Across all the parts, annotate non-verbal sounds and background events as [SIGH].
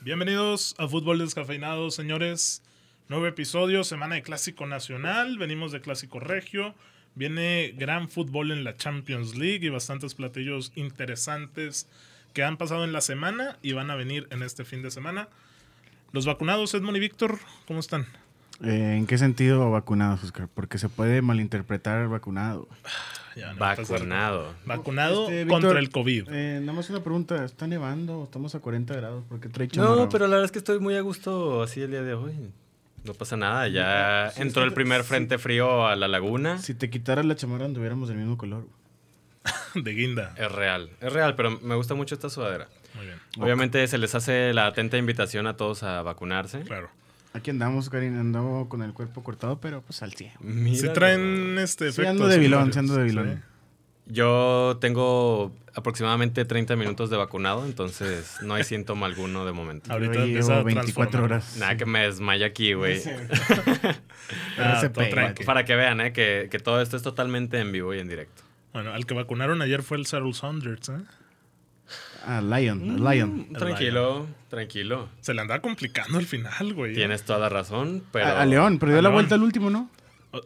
Bienvenidos a Fútbol Descafeinado, señores. Nuevo episodio, semana de Clásico Nacional. Venimos de Clásico Regio. Viene gran fútbol en la Champions League y bastantes platillos interesantes que han pasado en la semana y van a venir en este fin de semana. Los vacunados, Edmond y Víctor, ¿cómo están? Eh, ¿En qué sentido vacunados, Oscar? Porque se puede malinterpretar vacunado. Ya, no, Vacunado. empezar. Vacunado Este, Víctor, contra el COVID. Eh, nada más una pregunta. ¿Está nevando o estamos a 40 grados? Porque trae chamarra? No, pero la verdad es que estoy muy a gusto así el día de hoy. No pasa nada, ya Sí, entró sí, el primer sí. frente frío a la laguna. Si te quitaras la chamarra anduviéramos del mismo color. güey. De guinda. Es real, es real, pero me gusta mucho esta sudadera. Muy bien, Obviamente se les hace la atenta invitación a todos a vacunarse. claro. Aquí andamos, Karin. Andamos con el cuerpo cortado, pero pues al 100. Mira, Si traen este Sí, efecto. ando de vilón, sí, ando de vilón. Yo tengo aproximadamente 30 minutos de vacunado, entonces no hay síntoma alguno [LAUGHS] de momento. Ahorita Yo empieza a llevo 24 transformar. horas. Nada que me desmaya aquí, güey. Pero Ah, se todo pega. tranqui. Para que vean, eh, que, que todo esto es totalmente en vivo y en directo. Bueno, al que vacunaron ayer fue el Sarul Saunders, ¿eh? Ah, Lion, Lion. Mm, Tranquilo, tranquilo. Se le andaba complicando al final, güey. ¿eh? Tienes toda la razón, pero. A, a León, pero dio a la León. vuelta al último, ¿no?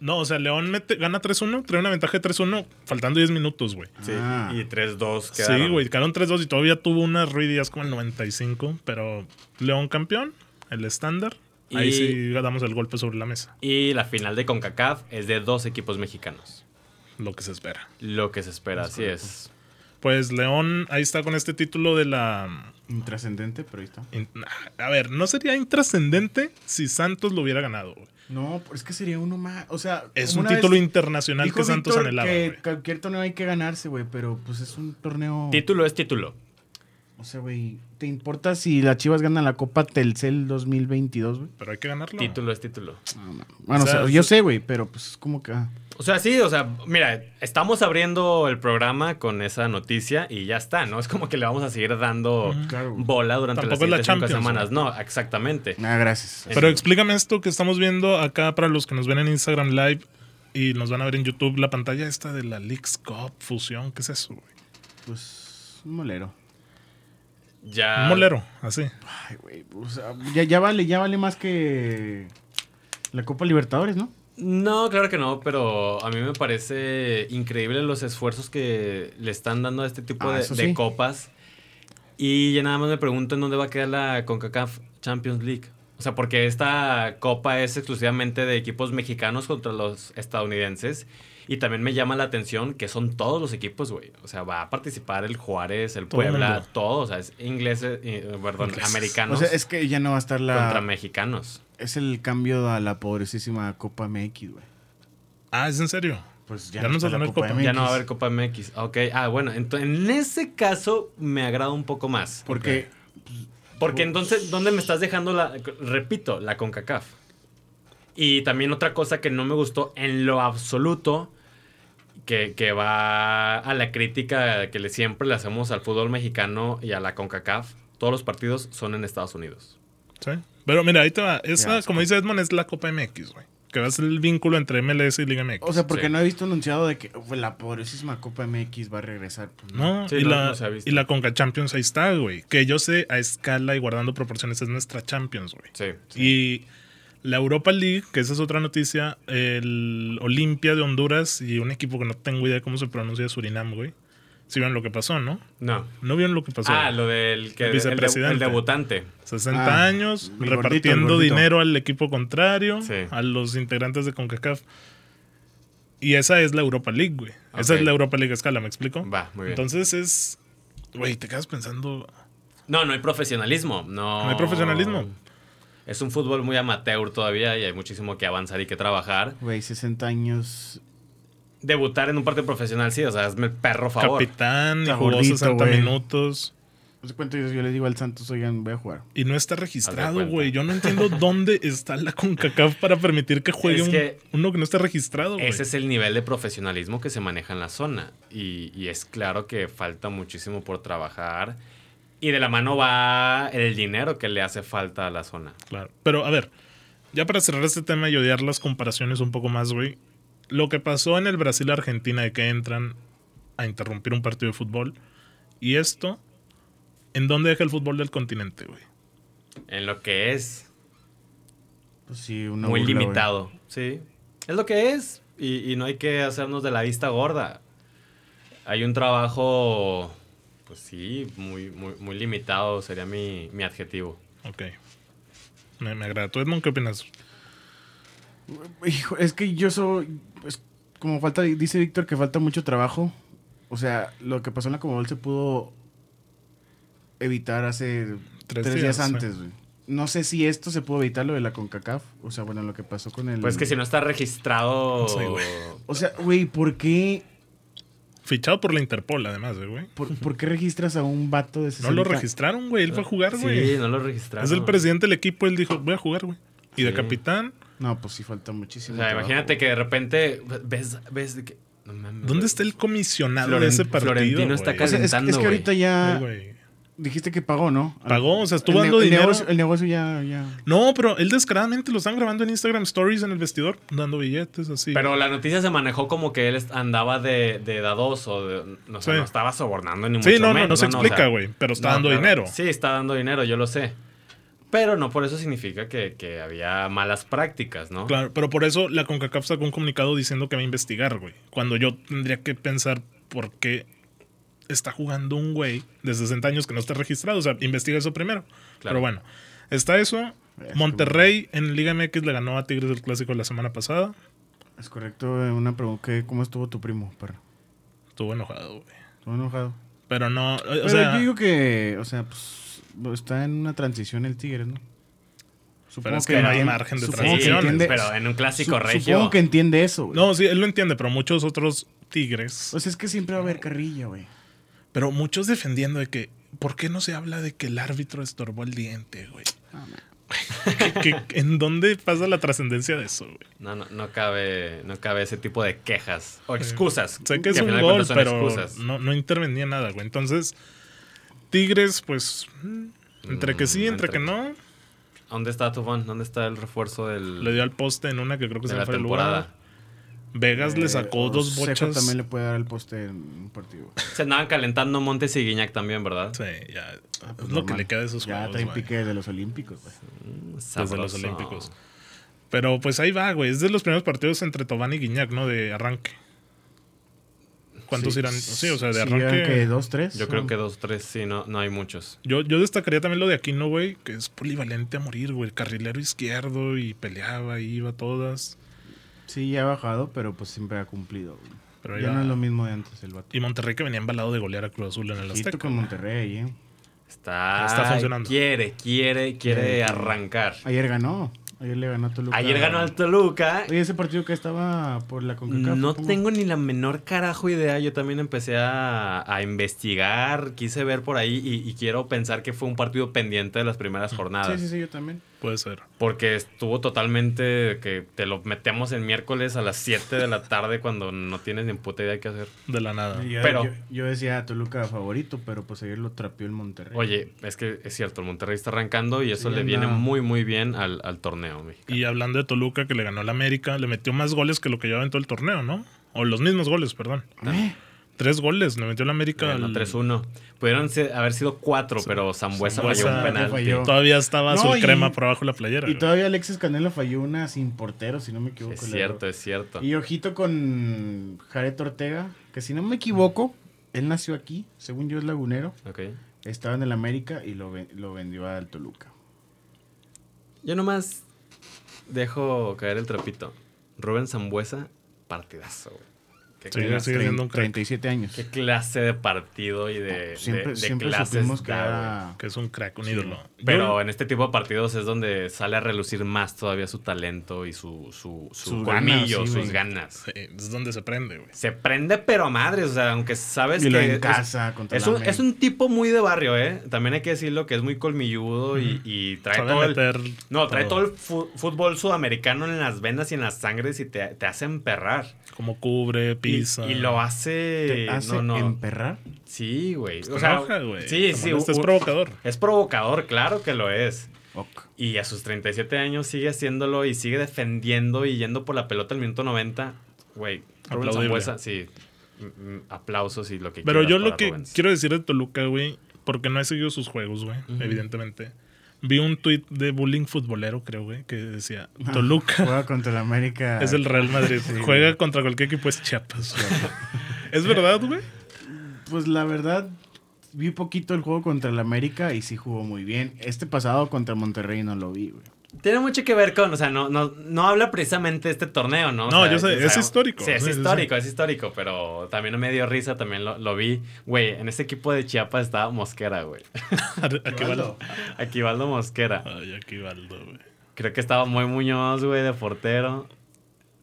No, o sea, León mete- gana 3-1, trae una ventaja de 3-1, faltando 10 minutos, güey. Sí, Ah. y 3-2 quedaron. Sí, güey, quedaron 3-2 y todavía tuvo unas ruidías como el 95, pero León campeón, el estándar. Ahí Y- sí damos el golpe sobre la mesa, Y la final de CONCACAF es de dos equipos mexicanos. lo que se espera. Lo que se espera, así es. Pues León ahí está con este título de la... Intrascendente, pero ahí está. in- A ver, no sería intrascendente si Santos lo hubiera ganado, güey. No, pero es que sería uno más. O sea, Es como un una título vez internacional dijo que Santos Víctor anhelaba, que güey. cualquier torneo hay que ganarse, güey, pero pues es un torneo. Título es título. O sea, güey, ¿te importa si las Chivas ganan la Copa Telcel 2022, güey? Pero hay que ganarlo. Título es título. Bueno, O sea, o sea, yo se- sé, güey, pero pues es como que... ah, O sea, sí, o sea, mira, estamos abriendo el programa con esa noticia y ya está, ¿no? Es como que le vamos a seguir dando Claro. bola durante Tampoco es la las siguientes cinco Champions, semanas. No, exactamente. Ah, gracias. Pero explícame esto que estamos viendo acá para los que nos ven en Instagram Live y nos van a ver en YouTube, la pantalla esta de la Leaks Cup Fusión, ¿qué es eso? güey? Pues un molero. Ya. Ah. Un molero, así. Ay, güey, o sea, ya, ya vale, ya vale más que la Copa Libertadores, ¿no? No, claro que no, pero a mí me parece increíble los esfuerzos que le están dando a este tipo Ah, de, eso de sí. copas. Y ya nada más me pregunto en dónde va a quedar la CONCACAF Champions League. O sea, porque esta copa es exclusivamente de equipos mexicanos contra los estadounidenses. Y también me llama la atención que son todos los equipos, güey. O sea, va a participar el Juárez, el Todo el Puebla, mundo. todo. O sea, es ingleses, eh, perdón, Ingleses. O americanos sea, es que ya no va a estar contra la... mexicanos. Es el cambio a la pobrecísima Copa MX, güey. Ah, es en serio. Pues Ya no se está va a la tener Copa. Ya no va a haber Copa MX. Ok, ah, bueno, ento- en ese caso me agrada un poco más. Porque Porque entonces, ¿dónde me estás dejando la, repito, la CONCACAF? Y también otra cosa que no me gustó en lo absoluto, que, que va a la crítica que le, siempre le hacemos al fútbol mexicano y a la CONCACAF, todos los partidos son en Estados Unidos. Sí. Pero mira, ahí te va. Esa, Ya, como dice Edmond, es la Copa MX, güey. Que va a ser el vínculo entre MLS y Liga MX. O sea, porque Sí. no he visto anunciado de que güey, la pobrecísima Copa MX va a regresar. pues, no. ¿no? Sí, y, no, la, no se ha visto. y la Conca Champions ahí está, güey. Que yo sé, a escala y guardando proporciones, es nuestra Champions, güey. Sí. Y la Europa League, que esa es otra noticia, el Olimpia de Honduras y un equipo que no tengo idea de cómo se pronuncia Surinam, güey. Si vieron lo que pasó, ¿no? No. No vieron lo que pasó. ah, lo del que, el el, de- vicepresidente. el debutante. 60 Ah, años el gordito, el repartiendo gordito. dinero al equipo contrario, Sí. a los integrantes de CONCACAF. Y esa es la Europa League, güey. Esa Ok. es la Europa League a escala, ¿me explico? Va, muy bien. Entonces es... Güey, te quedas pensando... No, no hay profesionalismo. No, ¿No hay profesionalismo? Es un fútbol muy amateur todavía y hay muchísimo que avanzar y que trabajar. Güey, 60 años. Debutar en un partido profesional, sí, o sea, hazme el perro favor. Capitán, y Está jugó gordito, 60 güey. minutos. No sé cuántos días yo le digo al Santos, oigan, voy a jugar. Y no está Haz de registrado, cuenta. güey. Yo no [LAUGHS] entiendo dónde está la CONCACAF para permitir que juegue Es un- que- uno que no está registrado, güey. Ese es el nivel de profesionalismo que se maneja en la zona. Y, y es claro que falta muchísimo por trabajar. Y de la mano va el dinero que le hace falta a la zona. Claro. Pero, a ver, ya para cerrar este tema y odiar las comparaciones un poco más, güey. Lo que pasó en el Brasil-Argentina de que entran a interrumpir un partido de fútbol. Y esto, ¿en dónde deja el fútbol del continente, güey? En lo que es Pues sí, una muy burla, güey. limitado. Sí. Es lo que es. Y, y no hay que hacernos de la vista gorda. Hay un trabajo, pues sí, muy, muy, muy limitado, sería mi, mi adjetivo. Ok. Me, me agrada. ¿Tú, Edmond, qué opinas? Hijo, es que yo soy. es como falta, dice Víctor que falta mucho trabajo. O sea, lo que pasó en la Comodol se pudo evitar hace Tres tres, días, días, sí. antes, güey. No sé si esto se pudo evitar lo de la CONCACAF. O sea, bueno, lo que pasó con el. Pues que si no está registrado... Sí, güey. O sea, güey, ¿por qué, Fichado por la Interpol, además, eh, güey. por, por qué registras a un vato de 60? No lo registraron, güey. Él fue a jugar, güey. Sí, no lo registraron. es el presidente del equipo. Él dijo, voy a jugar, güey. Y de Sí. capitán, No, pues sí, falta O muchísimo. sea, trabajo, imagínate güey. que de repente ves... ves de que, no mames, ¿dónde güey. está el comisionado de Floren- ese partido? Florentino está güey? O sea, es- es, calentando, que güey. ahorita ya. Sí, güey. dijiste que pagó, ¿no? Pagó, o sea, estuvo El ne- dando el dinero. Negocio, el negocio ya. ya. No, pero él descaradamente lo están grabando en Instagram Stories en el vestidor, dando billetes, así. Pero la noticia se manejó como que él est- andaba de, de dados o de- no, sé, Sí. no estaba sobornando ni mucho sí, no, no, no, menos, se o explica, sea, güey. pero está no, dando claro. dinero. Sí, está dando dinero, yo lo sé. Pero no por eso significa que, que había malas prácticas, ¿no? Claro, pero por eso la CONCACAF sacó un comunicado diciendo que va a investigar, güey. Cuando yo tendría que pensar por qué está jugando un güey de 60 años que no está registrado. O sea, investiga eso primero. Pero bueno, está eso. Es Monterrey en Liga MX le ganó a Tigres el clásico la semana pasada. Es correcto, eh, una pregunta. ¿qué- ¿Cómo estuvo tu primo, perro? Estuvo enojado, güey. Estuvo enojado. Pero no, eh, o Pero sea, yo digo que, o sea, pues está en una transición el Tigre, ¿no? Supongo es que no hay entien- margen de supongo que Sí, transiciones, entiende- pero en un clásico su- regio. Supongo que entiende eso, güey. no, sí, él lo entiende, pero muchos otros Tigres. O sea, es que siempre va a haber carrilla, güey. Pero muchos defendiendo de que, ¿por qué no se habla de que el árbitro estorbó el diente, güey? Ah, [LAUGHS] ¿Qué- qué- en dónde pasa la trascendencia de eso, güey? No, no, no cabe, no cabe ese tipo de quejas o excusas. Sé que es al un final de gol, cuentas son pero excusas. no, no intervenía nada, güey. Entonces, Tigres, pues, mm, entre que sí, Mm, entre que entre- no, ¿Dónde está Tufón? ¿Dónde está el refuerzo del, le dio al poste en una que creo que se de me la fue el temporada? lugar. Vegas le Eh, sacó o dos Seco bochas. también le puede dar el poste en un [LAUGHS] partido. güey. Se andaban calentando Montes y Guiñac también, ¿verdad? Sí, ya. Ah, es pues lo que normal. le queda de esos Ya juegos, traen güey. pique de los Olímpicos, güey. Desde los Sabroso. Olímpicos. Pero pues ahí va, güey. Es de los primeros partidos entre Tobán y Guiñac, ¿no? De arranque. ¿Cuántos Sí, irán? Sí, o sea, de sí, arranque. eran que dos, tres. Yo creo que dos, tres, sí, no, no hay muchos. Yo, yo destacaría también lo de Aquino, güey, que es polivalente a morir, güey. Carrilero izquierdo y peleaba y iba a todas. Sí, ya ha bajado, pero pues siempre ha cumplido, güey. Pero ahí ya va. no es lo mismo de antes el vato. Y Monterrey que venía embalado de golear a Cruz Azul en el Ojito Azteca. con Monterrey, ¿eh? Está, Está funcionando. Quiere, quiere, quiere Quiere. arrancar. Ayer ganó. Ayer le ganó a Toluca. Ayer ganó al Toluca. Oye, ese partido que estaba por la CONCACAF. No supongo. tengo ni la menor carajo idea. Yo también empecé a, a investigar, quise ver por ahí y, y quiero pensar que fue un partido pendiente de las primeras Mm, Sí, jornadas. sí, sí, yo también. Puede ser. Porque estuvo totalmente que te lo metemos el miércoles a las 7 de la tarde cuando no tienes ni puta idea qué hacer. De la nada. Yo, Pero- yo, yo decía Toluca favorito, pero pues ayer lo trapeó el Monterrey. ¿Eh? Oye, es que es cierto, el Monterrey está arrancando y eso Sí, le viene anda. muy, muy bien al, al torneo mexicano. Y hablando de Toluca, que le ganó al América, le metió más goles que lo que llevaba en todo el torneo, ¿no? O los mismos goles, perdón. ¿Eh? Tres goles, le metió el América. Ganó al- 3-1. Pudieron ser- haber sido 4, pero Zambuesa falló un Zambuesa penalti. falló. Todavía estaba No, azul y- crema por abajo de la playera. Y güey. todavía Alexis Canelo falló una sin portero, si no me equivoco. Es la cierto, es cierto. Y ojito con Jared Ortega, que si no me equivoco, él nació aquí, según yo es lagunero, Ok. estaba en el América y lo, ven- lo vendió al Toluca. Yo nomás dejo caer el trapito. Rubén Zambuesa, partidazo. güey. Qué, Sí, cla- Tenía sigue siendo un crack. 37 años. qué clase de partido y de, siempre de- de siempre supimos clases. que da, güey. era... Que es un crack, un Sí. ídolo. Pero Yo- en este tipo de partidos es donde sale a relucir más todavía su talento y su, su, su Sus colmillo, ganas, sí, sus güey. ganas. Sí, es donde se prende, güey. Se prende pero a madres, o sea, aunque sabes Y lo que en es- casa contra Es la un, es América. un tipo muy de barrio, ¿eh? También hay que decirlo que es muy colmilludo y, Ujú. y trae Sabe todo el... meter No, trae todo el fu- fútbol sudamericano en las venas y en las sangres y te, te hace emperrar. Como cubre, pisa. Y- Y, lo ¿Te hace... hace no, no. emperrar? Sí, güey. Pues Te O sea, enoja, güey. sí, Te sí. molesta, u- es u- provocador. Es provocador, claro que lo es. Ok. Y a sus 37 años sigue haciéndolo y sigue defendiendo y yendo por la pelota al minuto 90. Güey, Rubén Aplaudible. Zambuesa, sí. Mm, mm, Aplausos y lo que Pero quieras yo lo para que Rubens. quiero decir de Toluca, güey, porque no he seguido sus juegos, güey, Ujú. evidentemente. Vi un tuit de bullying futbolero, creo, güey, que decía, Ah, Toluca Juega contra el América. [LAUGHS] es el Real [LAUGHS] Madrid. Juega contra cualquier equipo, es Chiapas. [LAUGHS] ¿Es verdad, [LAUGHS] güey? Pues la verdad, vi poquito el juego contra el América y sí jugó muy bien. Este pasado contra Monterrey no lo vi, güey. Tiene mucho que ver con, o sea, no, no, no habla precisamente de este torneo, ¿no? O No, sea, yo sé, o sea, es histórico. Sí, es Sí, sí, sí. histórico, es histórico, pero también me dio risa, también lo, lo vi. Güey, en este equipo de Chiapas estaba Mosquera, güey. [LAUGHS] Aquí Valdo. Aquí Valdo Mosquera. Ay, aquí Valdo, güey. Creo que estaba muy Muñoz, güey, de portero.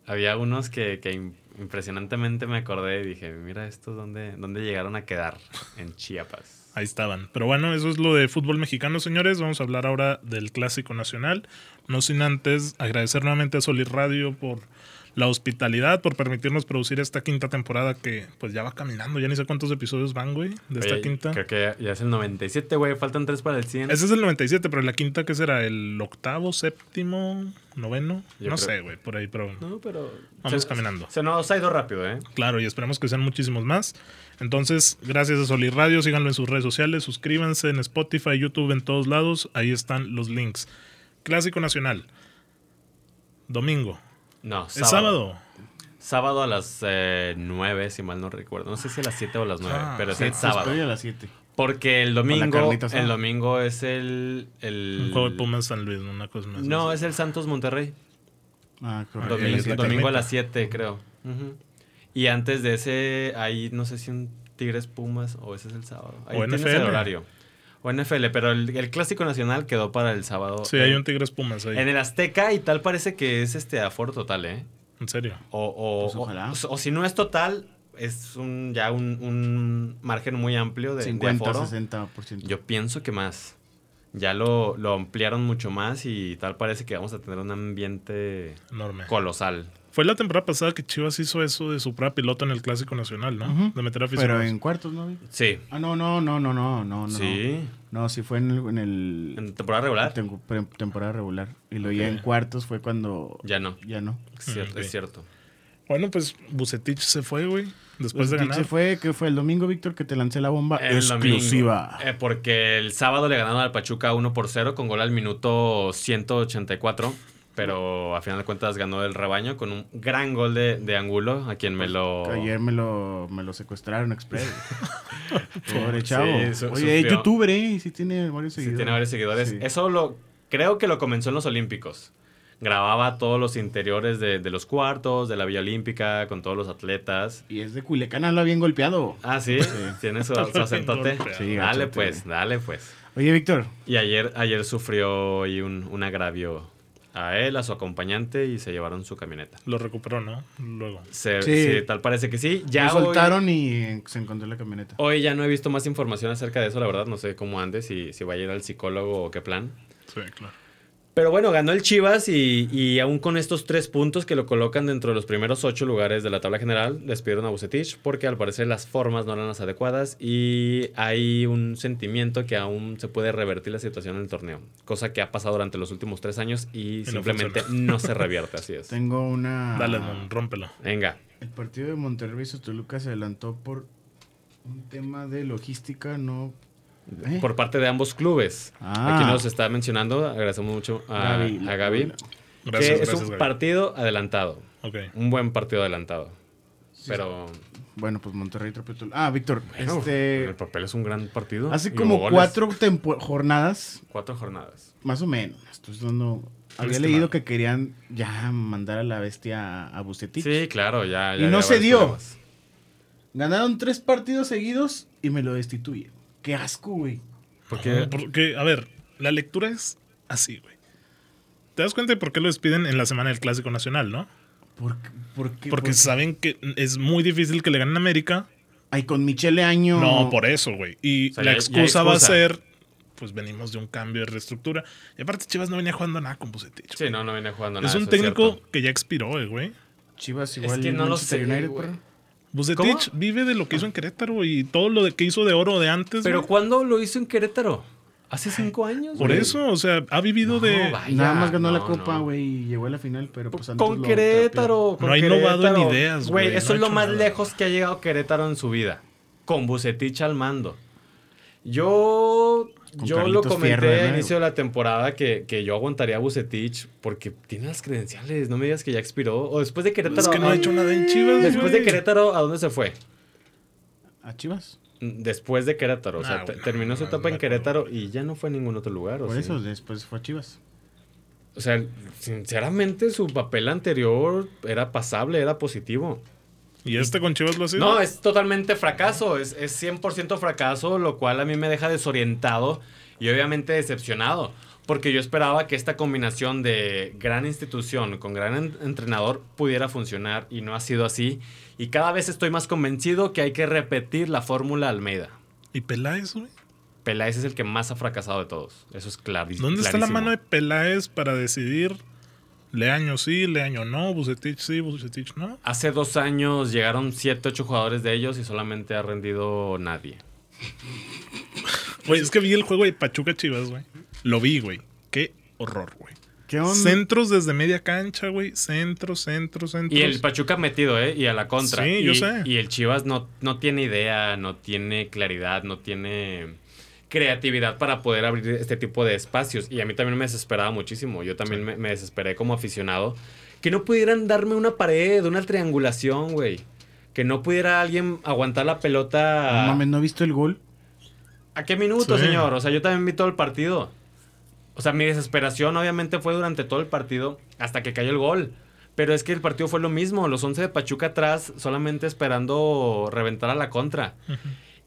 Había unos que, que im- impresionantemente me acordé y dije, mira estos dónde, dónde llegaron a quedar en Chiapas. Ahí estaban. Pero bueno, eso es lo de fútbol mexicano, señores. Vamos a hablar ahora del Clásico Nacional. No sin antes agradecer nuevamente a Solid Radio por la hospitalidad, por permitirnos producir esta quinta temporada que pues ya va caminando. Ya ni sé cuántos episodios van, güey, de esta Oye, quinta. Creo que ya, ya es el 97, güey. Faltan tres para el 100. Ese es el 97, pero la quinta que será el octavo, séptimo, noveno. Yo no creo- sé, güey, por ahí, pero... No, pero... Vamos se- caminando. Se nos ha ido rápido, ¿eh? Claro, y esperemos que sean muchísimos más. Entonces, gracias a Solid Radio, síganlo en sus redes sociales, suscríbanse en Spotify, YouTube, en todos lados, ahí están los links. Clásico Nacional. Domingo. No, El sábado. Sábado a las eh, 9, si mal no recuerdo. No sé si a las 7 o a las 9, Ah, pero es Sí, el sábado. Pues, estoy a las 7. Porque el Con la domingo, carnita asada. el domingo es el... el Un juego de Pumas San Luis, una cosa más. No, es el Santos Monterrey. Ah, correcto. ahí es Domingo, la domingo a carnita. las 7, creo. Ujú. Y antes de ese, ahí no sé si un Tigres Pumas o ese es el sábado. Ahí O tienes NFL. el horario. O NFL, pero el, el clásico nacional quedó para el sábado. Sí, hay un Tigres Pumas ahí. En el Azteca y tal parece que es este aforo total, ¿eh? En serio. O, o- Pues o- ojalá. o- o si no es total, es un, ya un, un margen muy amplio de, de 50, aforo. 60%. Yo pienso que más. Ya lo, lo ampliaron mucho más y tal parece que vamos a tener un ambiente Enorme. colosal. Fue la temporada pasada que Chivas hizo eso de su propia piloto en el Clásico Nacional, ¿no? Ujú. De meter a Pero en cuartos, ¿no? Sí. Ah, no, no, no, no, no, no. no. Sí. No, sí fue en el... En el En temporada regular. tem- pre- temporada regular. Y luego ya Ok. en cuartos fue cuando... Ya, Ya no. no. Es cierto. ok. es cierto. Bueno, pues Bucetich se fue, güey. Después de Dick ganar. se fue, que fue el domingo, Víctor, que te lancé la bomba El domingo. exclusiva. Eh, porque el sábado le ganaron al Pachuca 1 por 0 con gol al minuto 184. Pero a final de cuentas ganó el rebaño con un gran gol de, de Angulo, a quien me lo. Ayer me lo, me lo secuestraron [LAUGHS] express. Pobre Sí, chavo. su- Oye, sufrió. youtuber, ¿eh? Sí tiene varios Sí, seguidores. tiene varios seguidores. Sí. Eso lo creo que lo comenzó en los Olímpicos. Grababa todos los interiores de, de los cuartos, de la Villa Olímpica, con todos los atletas. Y es de Culiacán, habla bien golpeado. Ah, sí, tiene su, su acentote. Sí, dale gachote. pues, dale pues. Oye, Víctor, Y ayer, ayer sufrió ahí un, un agravio a él, a su acompañante, y se llevaron su camioneta. Lo recuperó, ¿no? Luego. Se- Sí. sí, tal parece que sí. Ya me hoy- soltaron y se encontró la camioneta. Hoy ya no he visto más información acerca de eso, la verdad. No sé cómo andes, si, si va a ir al psicólogo o qué plan. Sí, claro. Pero bueno, ganó el Chivas y, y aún con estos tres puntos que lo colocan dentro de los primeros ocho lugares de la tabla general, despidieron a Bucetich porque al parecer las formas no eran las adecuadas y hay un sentimiento que aún se puede revertir la situación en el torneo, cosa que ha pasado durante los últimos tres años y, no simplemente no, se revierte, así es. Tengo una. Ah, Dale, Edmond, rómpelo. Venga, El partido de Monterrey vs Toluca se adelantó por un tema de logística, no. ¿Eh? por parte de ambos clubes. Ah. Aquí nos está mencionando, agradecemos mucho a Gaby, la- a Gaby, que Gracias, es gracias, un Gaby. partido adelantado, Ok. un buen partido adelantado. Pero... Bueno, pues Monterrey tropeó Toluca. Ah, Víctor, Bueno, en este. el papel es un gran partido. Y Hace hubo como goles. cuatro tempo- jornadas, Cuatro jornadas. más o menos. Estoy dando. Había Estimado. leído que querían ya mandar a la bestia a- a Bucetich. Sí, claro, ya. Y ya no había se varios dio. problemas. Ganaron tres partidos seguidos y me lo destituyen. Qué asco, güey. Porque No, porque, a ver, la lectura es así, güey. ¿Te das cuenta de por qué lo despiden en la semana del Clásico Nacional, no? ¿Por, qué- por qué? Porque por- saben que es muy difícil que le ganen a América. Ay, con Michele Año. No, por eso, güey. Y O sea, la ya- ya excusa, va a excusa. ser, pues venimos de un cambio de reestructura. Y aparte Chivas no venía jugando nada con Bucetich. sí, no, no viene jugando es nada. un eso técnico cierto. que ya expiró, eh, güey. Chivas Es igual. que no lo Manchester sé, United, güey. perro. Bucetich ¿Cómo? Ah. vive de lo que hizo en Querétaro y todo lo de que hizo de oro de antes. Pero güey. ¿cuándo lo hizo en Querétaro? Hace cinco años. por güey. eso, o sea, ha vivido No, de... vaya, Nada más ganó la no, copa, no. güey, y llegó a la final, pero pues Santos Con lo Querétaro. con No ha innovado en Querétaro. ideas, güey, Güey, no eso ha es lo hecho más nada. lejos que ha llegado Querétaro en su vida. Con Bucetich al mando. Yo Con yo lo Carlitos comenté Fierro, al ¿verdad? inicio de la temporada que, que yo aguantaría a Bucetich porque tiene las credenciales. No me digas que ya expiró. O después de Querétaro. Es pues, que no ¿a- ha hecho nada en Chivas. Después de güey. Querétaro, ¿a dónde se fue? ¿A Chivas? Después de Querétaro. O sea, Ah, te- bueno, terminó su no, etapa no, en Querétaro y ya no fue a ningún otro lugar. ¿o Por Pues sí? eso después fue a Chivas. O sea, sinceramente su papel anterior era pasable, era positivo. ¿Y este con Chivas lo ha sido? No, es totalmente fracaso, es, es 100% fracaso, lo cual a mí me deja desorientado y obviamente decepcionado, porque yo esperaba que esta combinación de gran institución con gran en- entrenador pudiera funcionar y no ha sido así. Y cada vez estoy más convencido que hay que repetir la fórmula Almeida. ¿Y Peláez, güey? Peláez es el que más ha fracasado de todos, eso es clarísimo. ¿Dónde está la mano de Peláez para decidir Leaño sí, Leaño no, Bucetich sí, Bucetich no? Hace dos años llegaron 7, 8 jugadores de ellos y solamente ha rendido nadie. Güey, es que vi el juego de Pachuca Chivas, güey. Lo vi, güey. Qué horror, güey. ¿Qué onda? Centros desde media cancha, güey. Centros, centros, centros. Y el Pachuca metido, ¿eh? Y a la contra. Sí, y, yo sé. Y el Chivas no, no tiene idea, no tiene claridad, no tiene creatividad para poder abrir este tipo de espacios. Y a mí también me desesperaba muchísimo. Yo también me, me desesperé como aficionado. Que no pudieran darme una pared, una triangulación, güey. Que no pudiera alguien aguantar la pelota. Ah, No mames, ¿no he visto el gol? ¿A qué minuto, Sí. señor? O sea, yo también vi todo el partido. O sea, mi desesperación obviamente fue durante todo el partido hasta que cayó el gol. Pero es que el partido fue lo mismo, los 11 de Pachuca atrás solamente esperando reventar a la contra.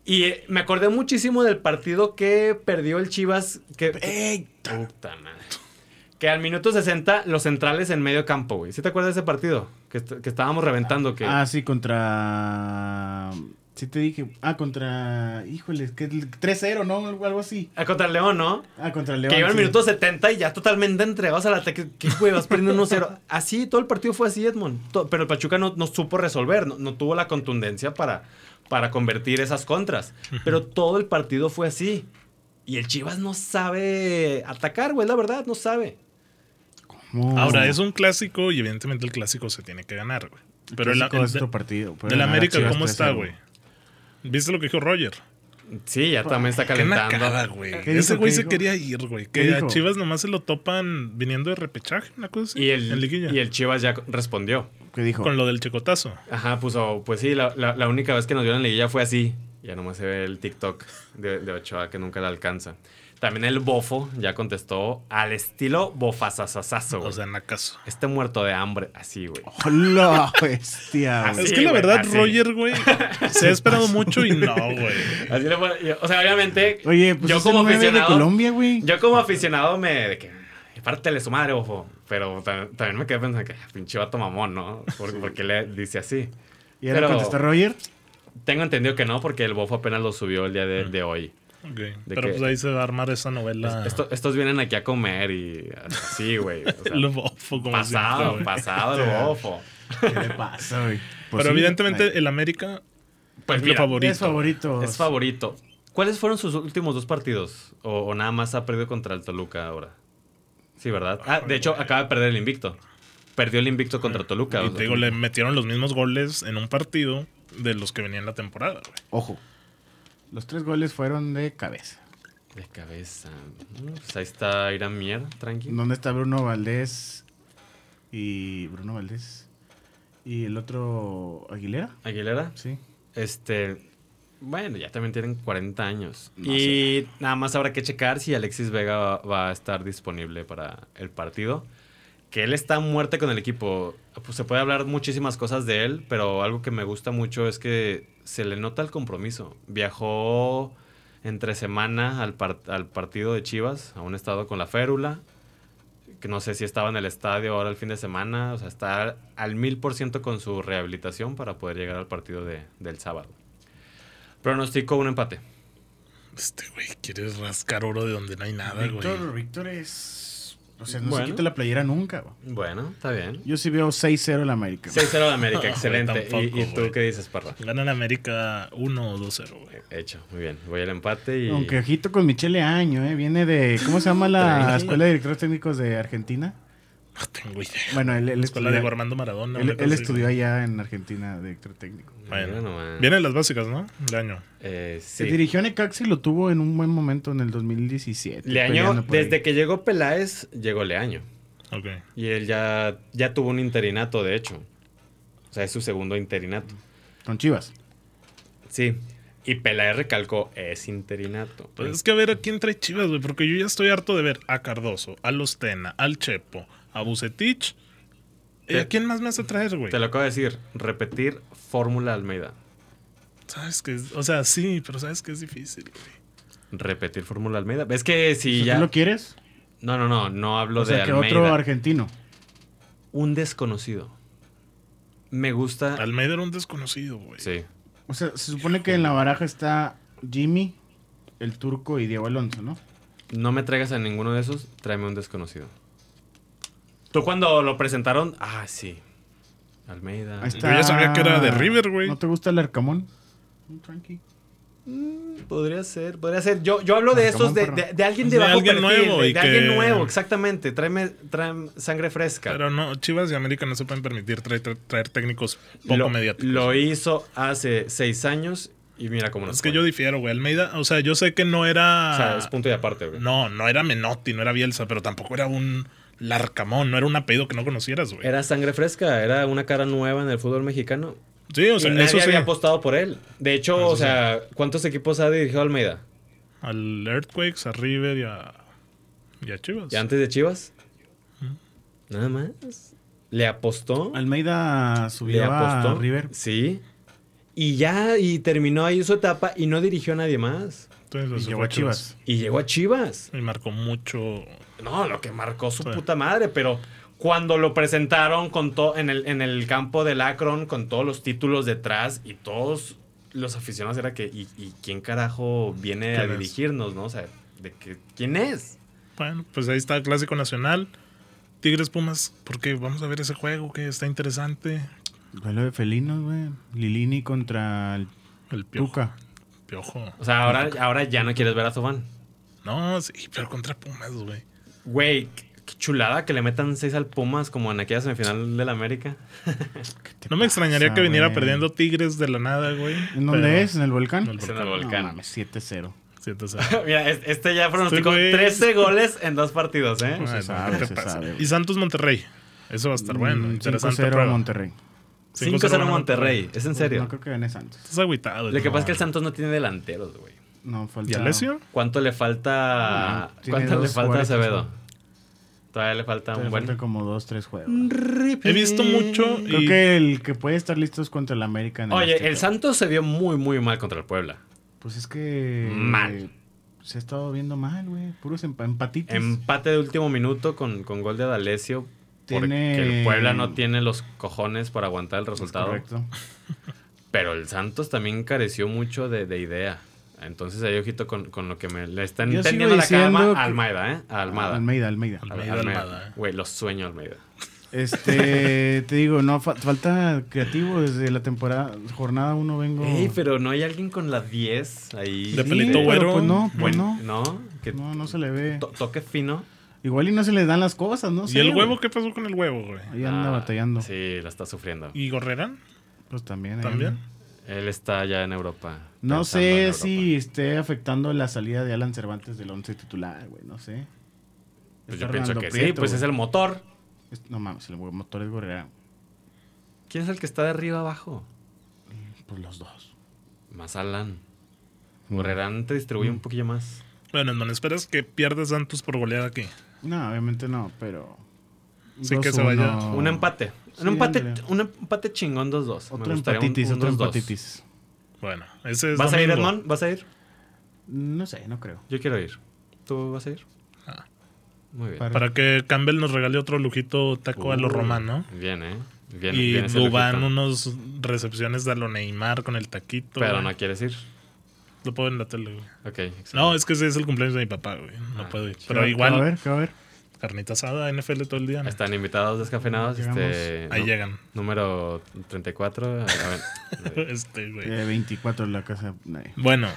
Y eh, me acordé muchísimo del partido que perdió el Chivas que Puta madre. Que al minuto 60 los centrales en medio campo, güey. ¿Sí te acuerdas de ese partido? Que, est- que estábamos reventando que Ah, sí, contra... Sí te dije... Ah, contra... Híjole, que el 3-0, ¿no? Algo algo así. Ah, contra el León, ¿no? Ah, contra el León. Que iba al sí. minuto 70 y ya totalmente entregados al ataque. ¿Qué güey? Vas perdiendo 1-0. Así, todo el partido fue así, Edmond. To- Pero el Pachuca no, no supo resolver, no, no tuvo la contundencia para, para convertir esas contras. Pero todo el partido fue así. Y el Chivas no sabe atacar, güey, la verdad, no sabe. No. Ahora, es un clásico y evidentemente el clásico se tiene que ganar, güey. Pero el, Clásico el- es otro partido. Pero del nada, América, Chivas ¿cómo está, 3-0. güey? ¿Viste lo que dijo Roger? Sí, ya también está Qué nacada, calentando. güey. ¿Qué dijo? Ese güey ¿Qué se dijo? quería ir, güey. ¿Qué Que a dijo? Chivas nomás se lo topan viniendo de repechaje, una cosa así. Y el, en liguilla. y el Chivas ya respondió. ¿Qué dijo? Con lo del chicotazo. Ajá, puso, pues sí, la, la- la única vez que nos dieron la liguilla fue así. Ya nomás se ve el TikTok de, de Ochoa que nunca la alcanza. También el bofo ya contestó al estilo bofazazazazo. O güey. sea, nacaso. este muerto de hambre, así, güey. Oh. ¡Hola, [LAUGHS] bestia, güey! es Sí, que la güey, verdad, así. Roger, [LAUGHS] güey, se ha esperado mucho y no, güey. Así le pone- yo- o sea, obviamente, Oye, pues yo, es el como nueve de aficionado, Colombia, güey. yo como aficionado me... de que, "Ay, Pártele su madre, bofo. Pero ta- también me quedé pensando que, "Ah, pinche vato mamón, ¿no? ¿Por, por qué le dice así? Y ahora pero- [LAUGHS] contestó Roger. Tengo entendido que no, porque el bofo apenas lo subió el día de, de hoy. Ok, ¿De Pero qué? pues ahí se va a armar esa novela. Es- esto- estos vienen aquí a comer y así, güey. O [LAUGHS] sea, Lo bofo, como siempre, pasado, güey. pasado, lo bofo. ¿Qué le pasa, güey? Pero Pues sí, evidentemente ay, el América Pues es mira, lo favorito. es favorito. es favorito. ¿Cuáles fueron sus últimos dos partidos? O, o nada más ha perdido contra el Toluca ahora. Sí, ¿verdad? Ah, de hecho, acaba de perder el invicto. Perdió el invicto contra Toluca. o Y sea, te digo, le metieron los mismos goles en un partido de los que venían la temporada, güey. Ojo. Los tres goles fueron de cabeza. De cabeza. Mm, Pues ahí está Irán Mier, tranqui. ¿Dónde está Bruno Valdés y Bruno Valdés y el otro Aguilera? Aguilera. Sí. Este. Bueno, ya también tienen 40 años. y nada más habrá que checar si Alexis Vega va, va a estar disponible para el partido. Que él está a muerte con el equipo. Pues se puede hablar muchísimas cosas de él, pero algo que me gusta mucho es que se le nota el compromiso. Viajó entre semana al, par- al partido de Chivas, a un estado con la férula. Que no sé si estaba en el estadio ahora el fin de semana. O sea, está al mil por ciento con su rehabilitación para poder llegar al partido de- del sábado. Pronostico un empate. Este güey quiere rascar oro de donde no hay nada, güey. Víctor, Víctor es. O sea, no Bueno. se quita la playera nunca. güey. Bueno, está bien. Yo sí veo 6-0 el América. 6-0 de [LAUGHS] América, excelente. Tampoco, ¿Y, y tú güey. qué dices, Parra? Ganan América 1 o 2-0, güey. Hecho, muy bien. Voy al empate y. Aunque ojito con Michele Año, ¿eh? Viene de. ¿Cómo se llama la Escuela de Directores Técnicos de Argentina? No tengo idea. Bueno, él, él Escuela estudió, de Armando Maradona. él- una cosa él así. estudió allá en Argentina de director técnico. Bueno. Mira nomás. Vienen las básicas, ¿no? De año. Eh, sí. Se dirigió a Necaxa y lo tuvo en un buen momento en el 2017. Leaño, peleando por desde ahí. que llegó Peláez, llegó Leaño. Ok. Y él ya, ya tuvo un interinato, de hecho. O sea, es su segundo interinato. Con Chivas. Sí. Y Peláez recalcó, es interinato. Pues es que a ver a quién trae Chivas, güey, porque yo ya estoy harto de ver a Cardoso, a Lostena, al Chepo, a Bucetich. Eh, ¿A Te- quién más me hace traer, güey? Te lo acabo de decir, repetir fórmula Almeida. Sabes que, es- o sea, sí, pero sabes que es difícil. güey. Repetir fórmula Almeida. Es que O si sea, ya... ¿Tú lo quieres? No, no, no, no hablo o sea, de que Almeida. otro argentino. Un desconocido. Me gusta... Almeida era un desconocido, güey. Sí. O sea, se supone que en la baraja está Jimmy, el turco y Diego Alonso, ¿no? No me traigas a ninguno de esos, tráeme un desconocido. Tú cuando lo presentaron, ah, sí. Almeida. Ahí está. Yo ya sabía que era de River, güey. ¿No te gusta el Arcamón? Mm, Tranqui. Podría ser, podría ser. Yo, yo hablo de Arcamón, esos, de, perro. de- de alguien de, De bajo alguien perfil, nuevo de, y de alguien que- nuevo, exactamente. Tráeme, tráeme sangre fresca. Pero no, Chivas y América no se pueden permitir traer, traer- traer técnicos poco lo, mediáticos. lo hizo hace seis años y mira cómo nos es que fue. yo difiero, güey. Almeida, o sea, yo sé que no era. O sea, es punto y aparte, güey. No, no era Menotti, no era Bielsa, pero tampoco era un Larcamón, no era un apellido que no conocieras, güey. Era sangre fresca, era una cara nueva en el fútbol mexicano. Sí, o sea, y nadie eso sí. había apostado por él. De hecho, Eso o sea, ¿cuántos equipos ha dirigido Almeida? Al Earthquakes, a River y a, y a Chivas. ¿Y antes de Chivas? Nada más. ¿Le apostó? Almeida ¿Le subió a apostó? River. Sí. Y ya, y terminó ahí su etapa y no dirigió a nadie más. Entonces, Y se llegó fue a pues, Chivas. Y llegó a Chivas. Y marcó mucho. No, lo que marcó su Sí. puta madre, pero cuando lo presentaron con to- en, el, en el campo del Akron con todos los títulos detrás y todos los aficionados era que, ¿y, y quién carajo viene a ¿Quién es? dirigirnos, no? O sea, ¿de que, ¿quién es? Bueno, pues ahí está el Clásico Nacional. Tigres Pumas, porque vamos a ver ese juego que está interesante. Duelo de felinos, güey. Lilini contra el El Piojo. Tuca. Piojo. O sea, ahora, ahora ya no quieres ver a Tobán. No, sí, pero contra Pumas, güey. Güey, qué chulada que le metan seis al Pumas como en aquella semifinal del América. [LAUGHS] ¿Qué te No me extrañaría pasa, que viniera güey? perdiendo Tigres de la nada, güey. ¿En dónde Pero- es? ¿En el volcán? En el Es en volcán. el No, volcán. mames, 7-0. Sí, entonces, [LAUGHS] Mira, es- este ya pronosticó Este güey- 13 goles en dos partidos, ¿eh? bueno, ¿qué sabe, te se pasa? sabe. Y Santos Monterrey. Eso va a estar bueno. Mm, Interesante 5-0 a prueba. Monterrey. Pues, 5-0 Monterrey, es en serio. No creo que gane Santos. Estás agüitado. Lo que ¿no? pasa es que el Santos no tiene delanteros, güey. No, falta... ¿Y Alessio? ¿Cuánto le falta? Ah, tiene ¿Cuánto le dos falta a Juárez, Acevedo? Todavía le falta Todavía un buen. faltan como dos, tres juegos. Mm. He visto mucho Creo y- que el que puede estar listo es contra el América. en Oye, Azteca. el Santos se vio muy, muy mal contra el Puebla. Pues es que... Mal. Se ha estado viendo mal, güey. Puros empa- empatitos. Empate de último minuto con, con gol de D'Alessio. Porque Tiene- el Puebla no tiene los cojones para aguantar el resultado. Correcto. Pero el Santos también careció mucho de, de idea. Entonces ahí ojito con, con lo que me le están Yo sigo tendiendo la cama diciendo a que- Almeida, ¿eh? A Almada. Almeida, Almeida. Al- Almeida, Almada, ¿eh? Güey, los sueño Almeida. Este, [LAUGHS] te digo, no, fa- falta creativo desde la temporada, jornada 1 vengo. Ey, pero no hay alguien con la 10 ahí. De Sí, pelito pero güero. Pues no, pues Bueno, no. no. que No, no se le ve. to- toque fino. Igual y no se le dan las cosas, ¿no? ¿Y sé, el güey. huevo? ¿Qué pasó con el huevo, güey? Ahí anda Ah, batallando. Sí, la está sufriendo. ¿Y Gorrerán? Pues también. ahí ¿También? anda. Él está ya en Europa. No pensando en sé Europa. si esté afectando la salida de Alan Cervantes del 11 titular, güey, no sé. Pues Está yo pienso Hernando que sí, Prieto, pues es güey. el motor. Es- No mames, el güey, motor es Gorrera. ¿Quién es el que está de arriba abajo? Pues los dos. Más Alan. Gorrerán te distribuye Mm. un poquillo más. Bueno, Edmond, ¿esperas que pierda Santos por goleada aquí? No, obviamente no, pero. Sí, que se vaya. 2-1. Un empate. Sí, un, empate ándale. un empate chingón 2-2. Me Otro gustaría un- empatitis, un otro 2-2. empatitis. Bueno, ese es. ¿Vas a ir, domingo. Edmond? ¿Vas a ir? No sé, no creo. Yo quiero ir. ¿Tú vas a ir? Ah. Muy bien. Para- Para que Campbell nos regale otro lujito taco a lo Uh, román, ¿no? Bien, ¿eh? Bien, y bien ese Dubán lujito. unos recepciones de a lo Neymar con el taquito. Pero güey. no quieres ir. Lo puedo ver en la tele, güey. Ok. excelente. No, es que ese es el cumpleaños de mi papá, güey. No Ah. puedo ir. ¿Qué Pero va- qué va A igual, ver, qué va a ver. carnita asada, NFL todo el día. ¿no? Están invitados descafeinados. Llegamos. Este, Ahí nu- llegan. Número 34. A ver, [LAUGHS] Este, güey. Eh, 24 en la casa. eh, Nadie. Bueno,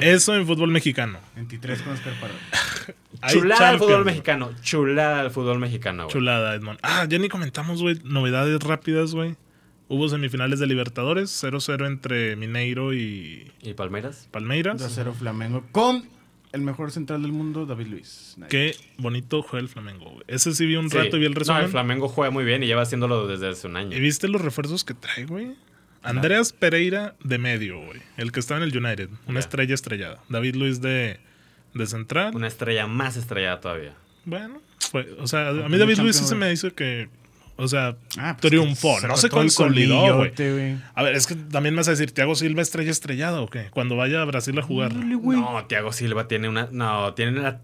eso en fútbol mexicano. [LAUGHS] 23 con Oscar Parra. Hay Chulada al fútbol Champions. mexicano. Chulada al fútbol mexicano, güey. Chulada, Edmond. Ah, ya ni comentamos, güey. Novedades rápidas, güey. Hubo semifinales de Libertadores, 0-0 entre Mineiro y ¿Y Palmeiras? De Palmeiras. acero Flamengo con el mejor central del mundo, David Luis. Nice. Qué bonito juega el Flamengo, güey. Ese sí vi un Sí. rato y vi el No, resumen. el Flamengo juega muy bien y lleva haciéndolo desde hace un año. ¿Y viste los refuerzos que trae, güey? Andreas Pereira de medio, güey. El que estaba en el United. Una Ya. estrella estrellada. David Luis de, de central. Una estrella más estrellada todavía. Bueno, fue- o sea, a mí Campeón David de Luis sí Champions, se me güey. hizo que, o sea, Ah, triunfó. que No sacó se todo el consolidó, güey. colillote, güey. A ver, es que también me vas a decir, ¿Tiago Silva estrella estrellada o qué? Cuando vaya a Brasil a jugar. Ándale, güey. No, Thiago Silva tiene una. No, tiene una.